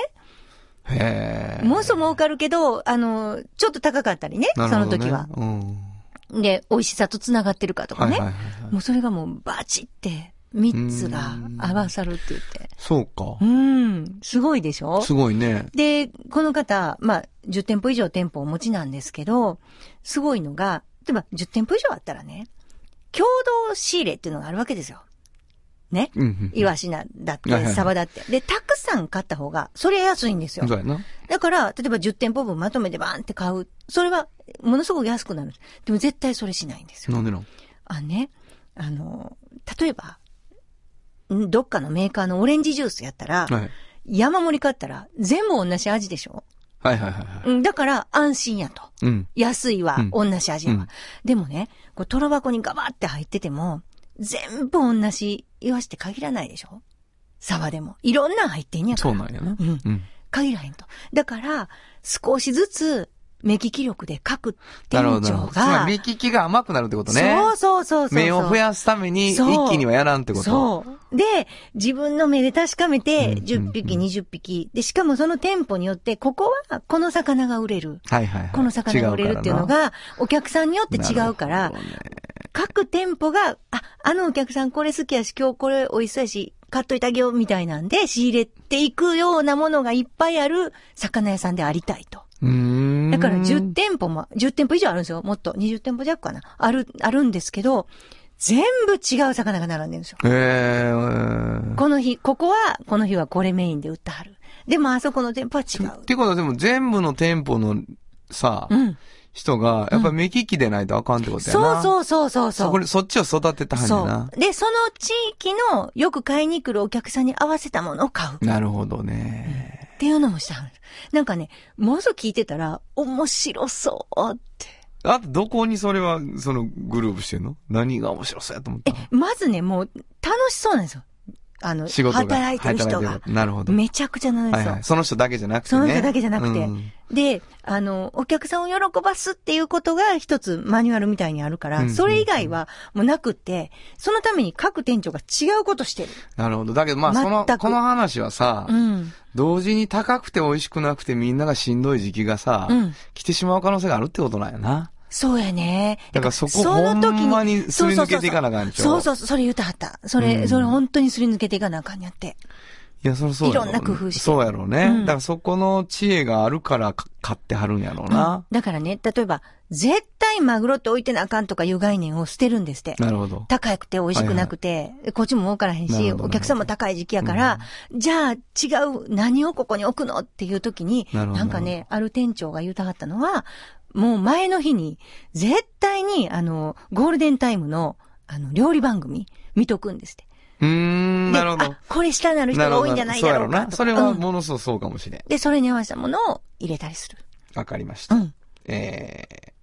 S2: へえ。
S3: ものすごい儲かるけど、あの、ちょっと高かったりね、そ
S2: な
S3: の
S2: るほどね
S3: 時は。
S2: うん。
S3: で、美味しさと繋がってるかとか
S2: はい
S3: ね。
S2: はいはいはい。
S3: もうそれがもうバチって、三つが合わさるって言って。
S2: そうか
S3: う。ん、すごいでしょ
S2: すごいね。
S3: で、この方、まあ、10店舗以上店舗をお持ちなんですけど、すごいのが、例えば10店舗以上あったらね、共同仕入れっていうのがあるわけですよ。ね。
S2: うんうん。
S3: イワシな、だっ
S2: はい
S3: て、
S2: はい
S3: サバだって。で、たくさん買った方が、それ安いんですよ
S2: そ。うやな。
S3: だから、例えば10店舗分まとめてバーンって買う。それは、ものすごく安くなる。でも絶対それしないんですよ。
S2: なんでなん
S3: あのね、あの、例えば、んどっかのメーカーのオレンジジュースやったら、
S2: はい。
S3: 山盛り買ったら、全部同じ味でしょ
S2: はいはいはいは
S3: うんだから安心やと。
S2: い。うん。
S3: 安いは
S2: うん
S3: 同じ味やわ。
S2: うん
S3: でもね、こう、トロ箱にガバって入ってても、全部同じイワシって限らないでしょサバでも。いろんなん入ってんねやか
S2: そ
S3: ら。
S2: うなんやな。
S3: うん
S2: うん。
S3: 限らへんと。だから、少しずつ、目利き力で各店
S2: なるほどなる
S3: 長
S2: ほど。つま
S3: が、
S2: り、利きが甘くなるってことね。
S3: そうそうそうそうそう。
S2: 目を増やすために、一
S3: そう
S2: 気にはやらんってこと。
S3: そう。で、自分の目で確かめ
S2: うん
S3: て、
S2: うん
S3: 10匹、20匹。で、しかもその店舗によって、ここは、この魚が売れる。
S2: はいはいはい。
S3: この魚が売れるっていうのが、お客さんによって
S2: 違う
S3: 違うか
S2: からな、
S3: ら、各店舗が、あ、あのお客さんこれ好きやし、今日これ美味しそうやし、買っといてあげようみたいなんで、仕入れていくようなものがいっぱいある魚屋さんでありたいと。
S2: うーん。
S3: だから10店舗も、10店舗以上あるんですよ。もっと、20店舗弱かな。ある、あるんですけど、全部違う魚が並んでるんですよ。
S2: えー。
S3: この日、ここは、この日はこれメインで売ってはる。でも、あそこの店舗は違
S2: っ
S3: う。
S2: てことはでも全部の店舗のさ、
S3: うん。
S2: 人が、やっぱ目利きでないとあかんってことやな。
S3: そう
S2: う
S3: そうそうそう
S2: そ
S3: そ
S2: こ
S3: う。
S2: で、そっちを育てたはんやな
S3: そ。う。で、その地域のよく買いに来るお客さんに合わせたものを買う。っ
S2: なるほどね。
S3: ていうのもしてはる。なんかね、もうすぐ聞いてたら、面白そうって。
S2: あと、どこにそれは、その、グループしてんの何が面白そうやと思ったの
S3: まずね、もう、楽しそうなんですよ。あの、
S2: 仕事が。
S3: 働いてる人
S2: 働
S3: が
S2: い。てるなるほど。
S3: めちゃくちゃ楽しそう。
S2: はいはい。その人だけじゃなくてね。
S3: その人だけじゃなくて
S2: うん
S3: で、あの、お客さんを喜ばすっていうことが一つマニュアルみたいにあるから、
S2: うん
S3: それ以外はもうなくって、そのために各店長が違うことしてる。
S2: なるほど。だけど、まあ、その、
S3: 全く
S2: この話はさ、
S3: うん。
S2: 同時に高くて美味しくなくてみんながしんどい時期がさ、
S3: うん
S2: 来てしまう可能性があるってことなんやな。
S3: そうやね。
S2: だからそこ
S3: の時
S2: ほんまにすり抜けていかなあかんちゃう
S3: そうそうそう、それ言うたはった。それ、
S2: うん
S3: それ本当にすり抜けていかなあかんやって。
S2: いや、そりゃそうやろ
S3: いろんな工夫して
S2: そうやろうね。
S3: うん
S2: だからそこの知恵があるからか買ってはるんやろうな。
S3: だからね、例えば、絶対マグロって置いてなあかんとかいう概念を捨てるんですって。
S2: なるほど。
S3: 高くて美味しくなくて、こっちも儲からへん
S2: なる
S3: し、
S2: ほど
S3: お客さんも高い時期やから、じゃあ違う、何をここに置くのっていう時に、
S2: な
S3: な
S2: るほど
S3: んかね、ある店長が言うたかったのは、もう前の日に、絶対に、あの、ゴールデンタイムの、あの、料理番組、見とくんですって。
S2: うーん、なるほ
S3: で
S2: ど
S3: あ。、これ下なる人
S2: なる
S3: が
S2: ほ
S3: 多いんじゃ
S2: ど。
S3: ない
S2: そう
S3: だ
S2: や
S3: ろ
S2: ろ
S3: う
S2: う
S3: か
S2: な。
S3: とか。
S2: それは
S3: うん
S2: ものすごくそうかもしれん。
S3: で、それに合わせたものを入れたりする。
S2: わかりまし
S3: う
S2: た。
S3: ん。
S2: え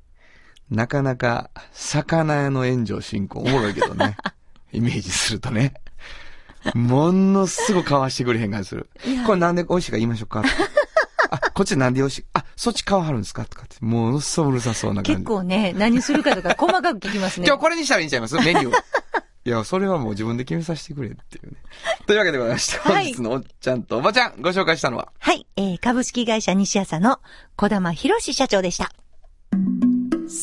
S2: ー、なかなか、魚屋の炎上進行、おもろいけ どね。イメージするとね。ものすごいかわしてくれへん感じする
S3: いや。
S2: これなんで美味しいか言いましょうか。あ、こっちなんで美味しい。あ、そっち皮張るんですかとかって。ものすごいうるさそうな感
S3: 結
S2: じ。
S3: 構ね、何するかとか細かく聞きますね。
S2: 今日これにしたらいいんちゃいますメ ニューを。いや、それはもう自分で決めさせてくれっていうね。というわけでございまして、
S3: は
S2: 本
S3: い
S2: 日のおっちゃんとおばちゃん、ご紹介したのは、
S3: はい、えー、株式会社西朝の小玉博史社長でした。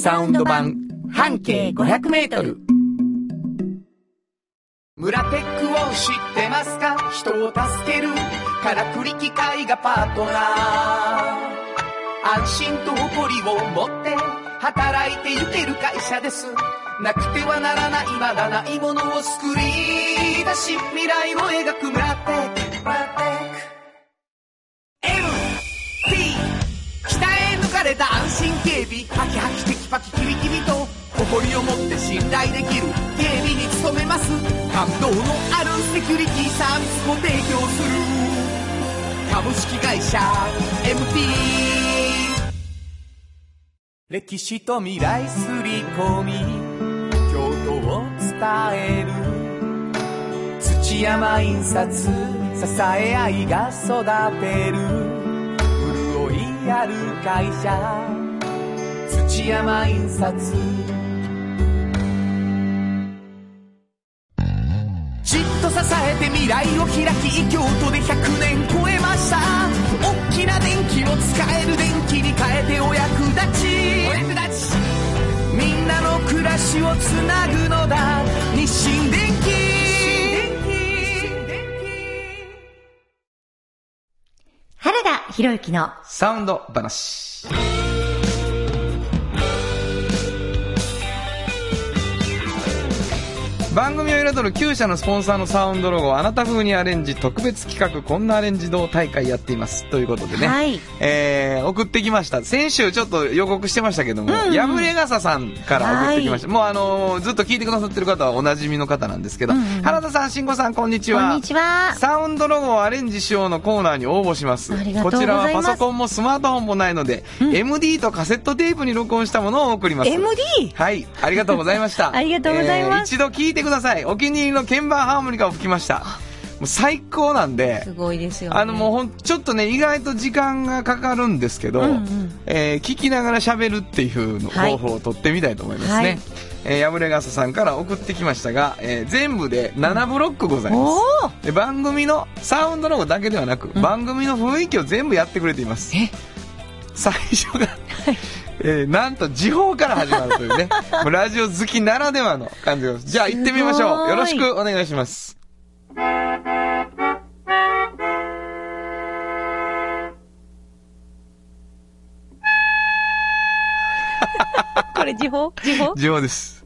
S5: サウンド版半径500メートル村テックを知ってますか人を助けるからくり機械がパートナー安心と誇りを持って働いてゆける会社ですなくてはならないまだないものを作り出し未来を描く村テック村テック MT 鍛え抜かれた安心警備ハキハキテキパキキビキビと誇りを持って信頼できる警備に努めます感動のあるセキュリティサービスを提供する株式会社 MT 歴史と未来すり込み京都を伝える土山印刷支え合いが育てる潤いある会社土山印刷じっと支えて未来を開き京都で100年超えました大きな電気を使える電気に変えてお役立ちお役立ちみんなの暮らしをつなぐのだ日清電気
S3: 原田博之の
S2: サウンド話。番組を彩る旧社のスポンサーのサウンドロゴをあなた風にアレンジ特別企画こんなアレンジ同大会やっていますということでね、
S3: はい
S2: えー、送ってきました先週ちょっと予告してましたけども、
S3: うん
S2: やぶれがささんから送ってきました、もうあのーずっと聞いてくださってる方はおなじみの方なんですけど、
S3: うんうん
S2: 原田さん慎吾さんこんにちは
S3: こんにちは。
S2: サウンドロゴをアレンジしようのコーナーに応募します。
S3: ありがとうございます
S2: こちらはパソコンもスマートフォンもないので、MD とカセットテープに録音したものを送ります。
S3: MD?
S2: はい、ありがとうございまし た。
S3: ありがとうございます
S2: えー一度聞いてください。お気に入りの鍵盤ハーモニカを吹きました。もう最高なんで、
S3: すごいですよ、ね。
S2: あのもうほん、ちょっとね、意外と時間がかかるんですけど、
S3: うんうん
S2: えー聞きながら喋るっていうの
S3: はい
S2: 方法を取ってみたいと思いますね。
S3: はい
S2: えーやぶれがささんから送ってきましたが、えー全部で7ブロックございます。
S3: おお
S2: で番組のサウンドロゴだけではなく、番組の雰囲気を全部やってくれています
S3: え
S2: 最初が、えーなんと時報から始まるという ねもうラジオ好きならではの感じですじゃあ行ってみまし
S3: すご
S2: ょ
S3: いう
S2: よろしくお願いします
S3: これ時報時報お
S2: 時報です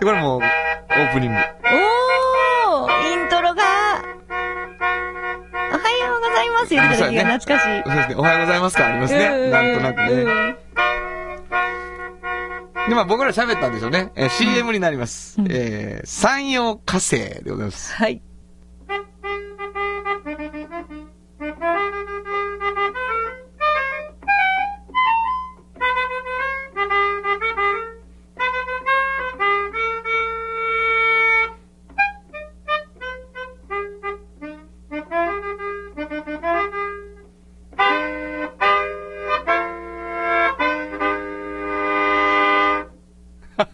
S2: でこれもうオープニング
S3: おーイントロが、おはようございます。言ってた時が懐かしい。
S2: そうですねおはようございますかありますねなんとなくね
S3: ね。
S2: でまあ僕ら喋ったんでしょうね、えー CM になります、えー山陽火星でございます
S3: はい。
S1: 「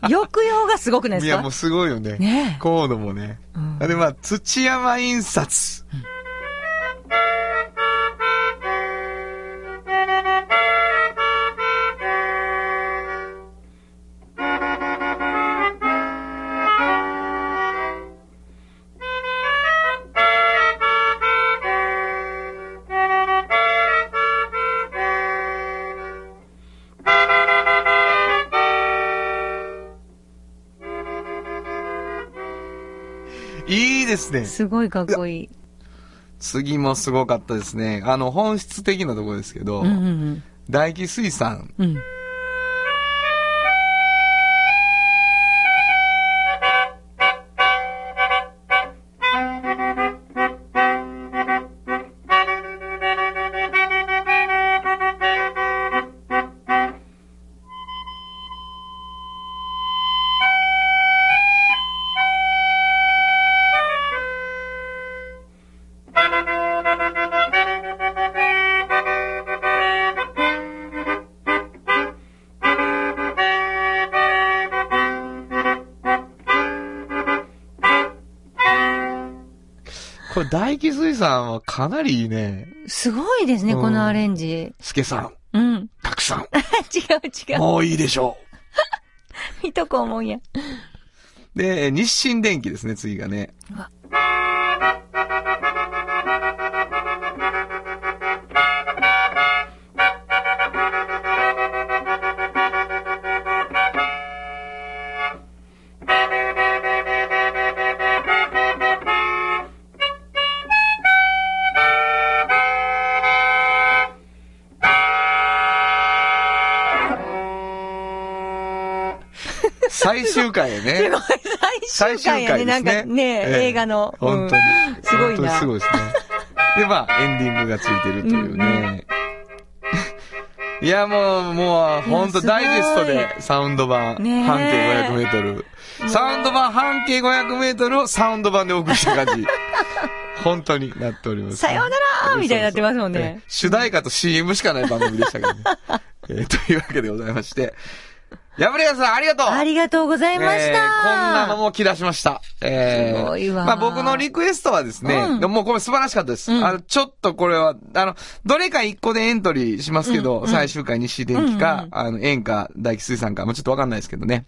S3: 抑揚がすごくない
S2: い
S3: です
S2: や、も
S3: か
S2: うすごいよね。
S3: ねえ
S2: コードもね。
S3: ん
S2: で、まあ、土山印刷。いいですね。
S3: すごいかっこいい。
S2: 次もすごかったですね。あの、本質的なところですけど、
S3: うんうん
S2: 大気水産。
S3: うん。うん。
S2: これ、大気水産はかなりいいね。
S3: すごいですね、
S2: うん
S3: このアレンジ。
S2: 助さん、
S3: うん。
S2: たくさん、
S3: 違う違う。
S2: もういいでしょ
S3: いとこ思うやん。
S2: う。で、え日清電機ですね、次がね。最終回や
S3: す
S2: ね
S3: ご。い、最終回やね。なんかね、
S2: ええ
S3: 映画の。
S2: 本当に
S3: うん。すごい
S2: 本当に
S3: な
S2: す。ごいですね。で、まあ、エンディングがついてるというね。いや、もう、もう、本当
S3: いや
S2: ダイジェスト
S3: す
S2: で、サウンド版、半
S3: ねえ
S2: 径500メートル。サウンド版半径500メートルをサウンド版でお送りし た感じ。本当になっております。
S3: さようならみたいになってますもんね
S2: ええ。主題歌と CM しかない番組でしたけ どね。えーというわけでございまして。やぶれやさん、ありがとう
S3: ありがとうございまし
S2: えー
S3: た。
S2: こんなのも来だしました。えー
S3: すごいわ
S2: まあ僕のリクエストはですね、
S3: うん
S2: でももうこれ素晴らしかったです。
S3: うん
S2: あの、ちょっとこれは、あの、どれか一個でエントリーしますけど、最終回西電機か、あの、演歌、大気水産か、もうちょっとわかんないですけどね。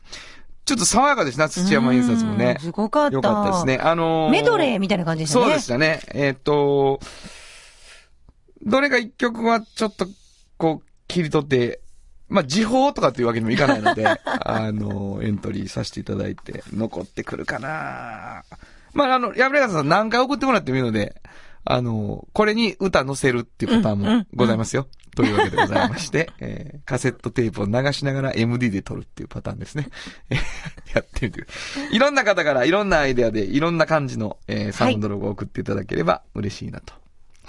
S2: ちょっと爽やかでした、土山印刷もね
S3: うん。すごかった。
S2: よかったですね。。あのー
S3: メドレーみたいな感じでしたね。
S2: そうでしたね。えーっと、どれか一曲はちょっと、こう、切り取って、まあ、時報とかっていうわけにもいかないので、 あの、エントリーさせていただいて、残ってくるかなまあ、あの、やぶれがさん何回送ってもらってもいいので、あの、これに歌載せるっていうパターンもございますよ。というわけでございまして、 えーカセットテープを流しながら MD で撮るっていうパターンですね。 えーやってみてください。いろんな方からいろんなアイデアでいろんな感じの、えーサウンドロゴを送っていただければ嬉しいなと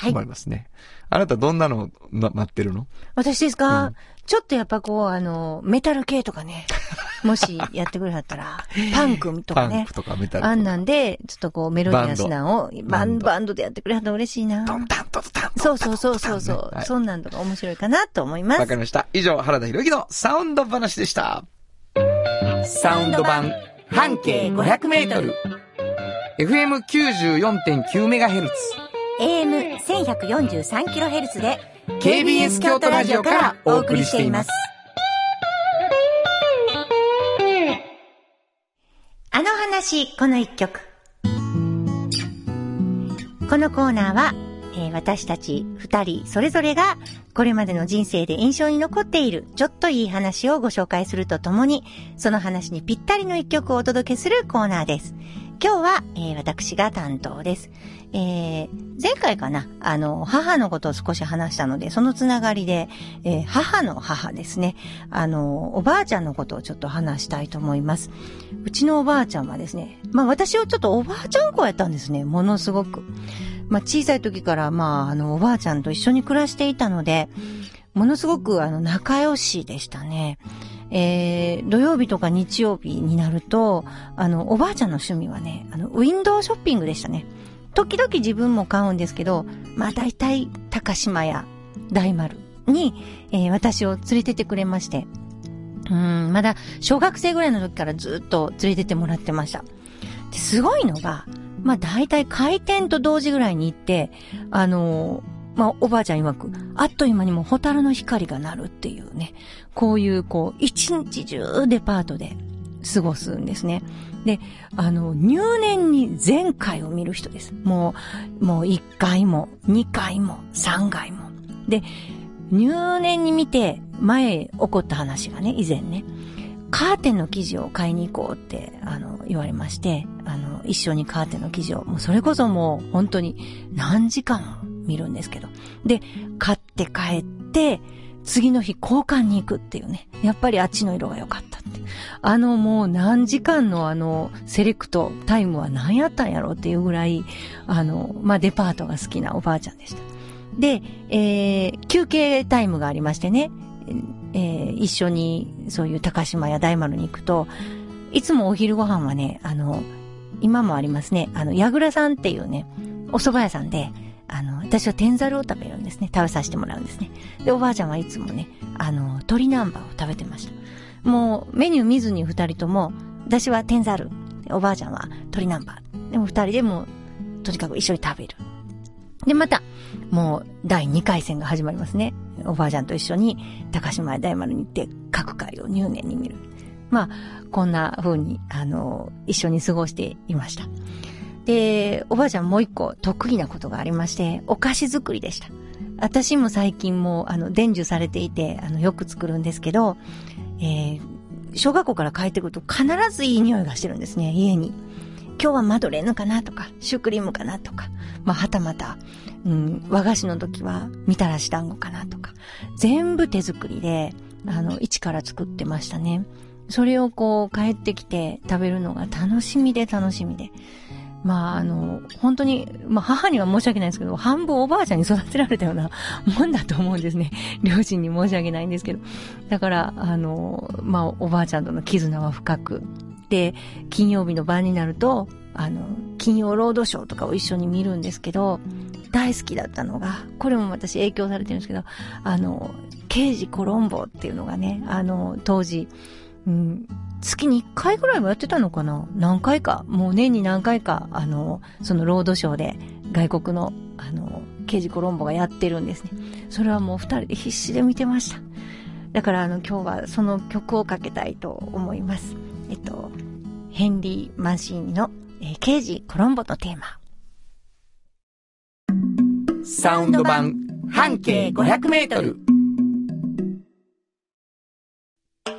S2: 思いますね。あなたどんなのま待ってるの
S3: 私ですか、ちょっとやっぱこう、あの、メタル系とか ね。もしやってくれはったら、パンクとか
S2: パン
S3: ね
S2: ク。とかメタルとか
S3: あんなんで、ちょっとこうメロディアスなんを
S2: バ
S3: バ
S2: ン
S3: ン
S2: ド
S3: バンドでやってくれはったら嬉しいな。
S2: トンタントンタントンタン
S3: そうそうそうそうそ
S2: トンタントンタン
S3: う。
S2: ね
S3: そんなんとか面白いかなと思いま
S2: はいわ
S3: す
S2: か。りました。以上、原田博之のサウンド話でした。
S8: サウンド版半径500メートル
S2: FM94.9MHz。
S7: AM1143kHz で
S8: KBS 京都ラジオからお送りしています。
S7: あの話、この一曲。このコーナーは、えー私たち二人それぞれがこれまでの人生で印象に残っているちょっといい話をご紹介するとともにその話にぴったりの一曲をお届けするコーナーです。今日は、えー私が担当です。えー前回かなあの、母のことを少し話したので、そのつながりで、えー母の母ですね。あの、おばあちゃんのことをちょっと話したいと思います。うちのおばあちゃんはですね、まあ私をちょっとおばあちゃん子やったんですね、ものすごく。まあ小さい時から、まああのおばあちゃんと一緒に暮らしていたので、ものすごくあの仲良しでしたね。えー、土曜日とか日曜日になると、あの、おばあちゃんの趣味はね、あの、ウィンドウショッピングでしたね。時々自分も買うんですけど、まあ大体、高島屋、大丸に、えー私を連れてってくれまして。
S3: うん、まだ小学生ぐらいの時からずっと連れてってもらってました。ですごいのが、まあ大体開店と同時ぐらいに行って、あのーまあおばあちゃん曰く、あっという間にもうホタルの光が鳴るっていうね、こういうこう、一日中デパートで過ごすんですね。で、あの、入念に全回を見る人です。もう、もう1回も、2回も、3回も。で、入念に見て、前起こった話がね、以前ね、カーテンの生地を買いに行こうって、あの、言われまして、あの、一緒にカーテンの生地を、もうそれこそもう本当に何時間も見るんですけど。で、買って帰って、次の日交換に行くっていうね。やっぱりあっちの色が良かったって。あのもう何時間のあのセレクトタイムは何やったんやろうっていうぐらい、あの、まあ、デパートが好きなおばあちゃんでした。で、えー休憩タイムがありましてね、えー一緒にそういう高島や大丸に行くと、いつもお昼ご飯はね、あの、今もありますね、あの、矢倉さんっていうね、お蕎麦屋さんで、あの、私は天ざるを食べるんですね。食べさせてもらうんですね。で、おばあちゃんはいつもね、あの、鶏南蛮を食べてました。もう、メニュー見ずに二人とも、私は天ざる、でおばあちゃんは鶏南蛮。でも二人でもう、とにかく一緒に食べる。で、また、もう第2回戦が始まりますね。おばあちゃんと一緒に高島屋大丸に行って各回を入念に見る。まあ、こんな風に、あの、一緒に過ごしていました。で、おばあちゃんもう一個得意なことがありまして、お菓子作りでした。私も最近もう、あの、伝授されていて、あの、よく作るんですけど、えー小学校から帰ってくると必ずいい匂いがしてるんですね、家に。今日はマドレーヌかなとか、シュークリームかなとか、まあ、はたまた、うん、和菓子の時はみたらし団子かなとか、全部手作りで、あの、一から作ってましたね。それをこう、帰ってきて食べるのが楽しみで楽しみで。まあ、あの、本当に、まあ、母には申し訳ないですけど、半分おばあちゃんに育てられたようなもんだと思うんですね。両親に申し訳ないんですけど。だから、あの、まあ、おばあちゃんとの絆は深く。で、金曜日の晩になると、あの、金曜ロードショーとかを一緒に見るんですけど、大好きだったのが、これも私影響されてるんですけど、あの、刑事コロンボっていうのがね、あの、当時、うん、月に1回ぐらいもやってたのかな何回か、もう年に何回か、あの、そのロードショーで外国の、あの、刑事コロンボがやってるんですね。それはもう二人で必死で見てました。だからあの、今日はその曲をかけたいと思います。えっと、ヘンリー・マンシーニの、えー、刑事コロンボのテーマ。
S8: サウンド版半径500メートル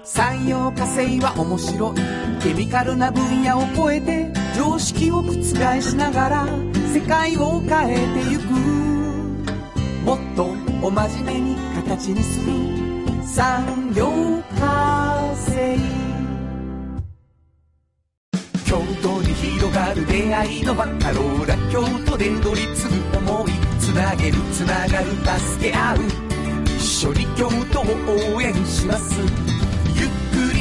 S5: 産業化成は面白いケミカルな分野を超えて常識を覆しながら世界を変えてゆくもっとお真面目に形にする産業化成京都に広がる出会いの場カローラ京都で乗り継ぐ思いつなげるつながる助け合う一緒に京都を応援しますゆっくり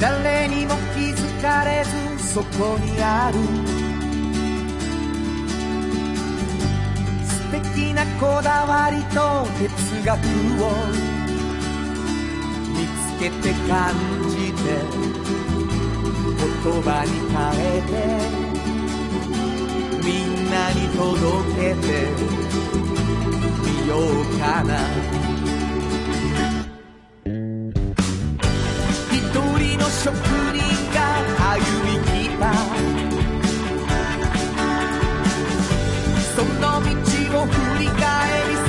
S5: 誰にも気づかれずそこにある素敵なこだわりと哲学を見つけて感じて言葉に変えてみんなに届けてみようかな一人の職人が歩みきたその道を振り返り遡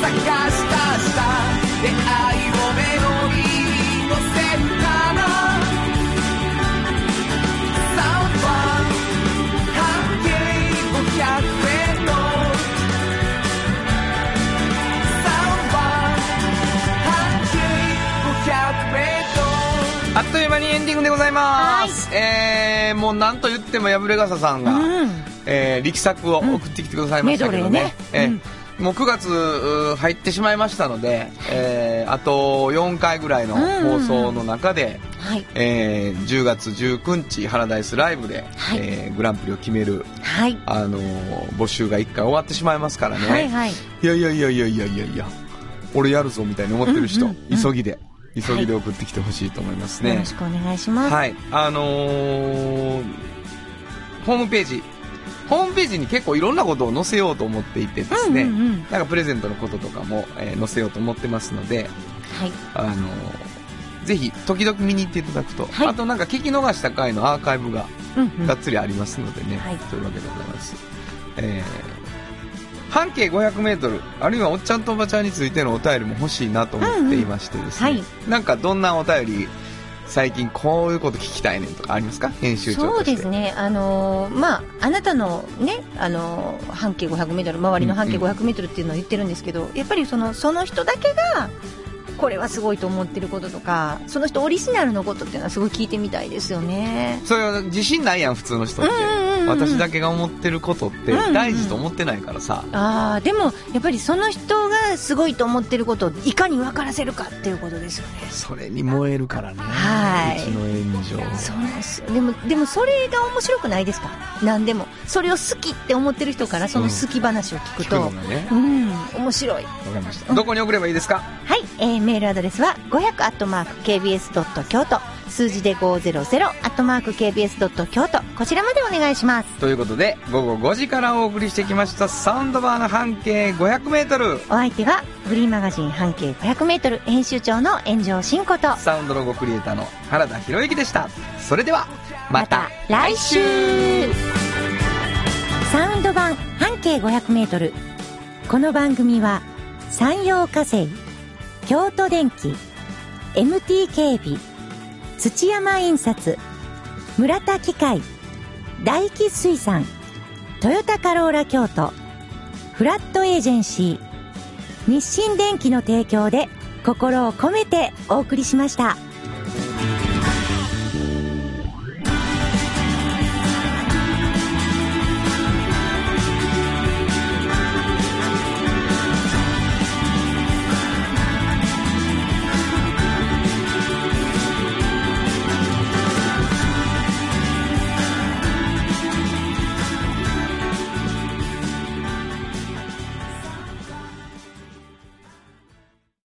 S5: た探したした出会いをメロディーに乗せるからサウンドは半径500メートルサウンドは半径500メートル
S2: あっという間にエンディングでございます。えー、もうなんと言っても破れ傘さんが、
S3: うん
S2: えー力作を送ってきてくださいましたけどね。
S3: メドレーね
S2: えーもう9月うー入ってしまいましたので、えー、あと4回ぐらいの放送の中で、
S3: はい。
S2: えー10月19日ハラダイスライブで、
S3: はい
S2: えーグランプリを決める、
S3: はい。
S2: あのー募集が1回終わってしまいますからね、
S3: はいはい
S2: いやいやいやいやいやいやいや俺やるぞみたいに思ってる人、急ぎで急ぎで送ってきてほしいと思います
S3: よ
S2: ね
S3: ろしくお願いします。
S2: はいあのーホームページホームページに結構いろんなことを載せようと思っていてですね、
S3: うんうんうん
S2: なんかプレゼントのこととかも、えー載せようと思ってますので、
S3: はい。
S2: あのーぜひ時々見に行っていただくと、
S3: はい
S2: あとなんか聞き逃した回のアーカイブが
S3: うんうん。
S2: がっつりありますのでね、
S3: はい
S2: というわけでございます、えー半径 500m あるいはおっちゃんとおばちゃんについてのお便りも欲しいなと思っていましてですね、
S3: うんうんは
S2: なんかどんなお便り最近こういうこと聞きたいねんとかありますか編集長
S3: そ
S2: と
S3: う
S2: して
S3: ですね、あのーまあ、あなたのね、あのー半径500メートル、周りの半径500メートルっていうのを言ってるんですけど、やっぱりそのその人だけが、これはすごいと思ってることとか、その人オリジナルのことっていうのはすごい聞いてみたいですよね。
S2: それは自信ないやん普通の人って、
S3: うんうんうん
S2: 私だけが思ってることって
S3: うんうん
S2: 大事と思ってないからさ、
S3: あーでもやっぱりその人がすごいと思ってることをいかに分からせるかっていうことですよね。
S2: それに燃えるからね
S3: はいう
S2: ちの炎上
S3: そうなんですよでもでもそれが面白くないですか何でもそれを好きって思ってる人からその好き話を聞く
S2: 聞くの
S3: と
S2: が、ね
S3: うん、面白い
S2: わかりましたどこに送ればいいですか
S3: はい、えーメールアドレスは5 0 0 k b s k y o 都数字で5 0 0 k b s k y o 都こちらまでお願いします
S2: ということで午後5時からお送りしてきましたサウンドバーの半径 500m
S3: お相手はフリーマガジン半径 500m 編集長の炎上真子と
S2: サウンドロゴクリエイターの原田博之でしたそれではまた
S3: 来週サウンド版半径 500m この番組は山陽火星京都電機 MT 警備土山印刷村田機械大気水産トヨタカローラ京都フラットエージェンシー日清電機の提供で心を込めてお送りしました。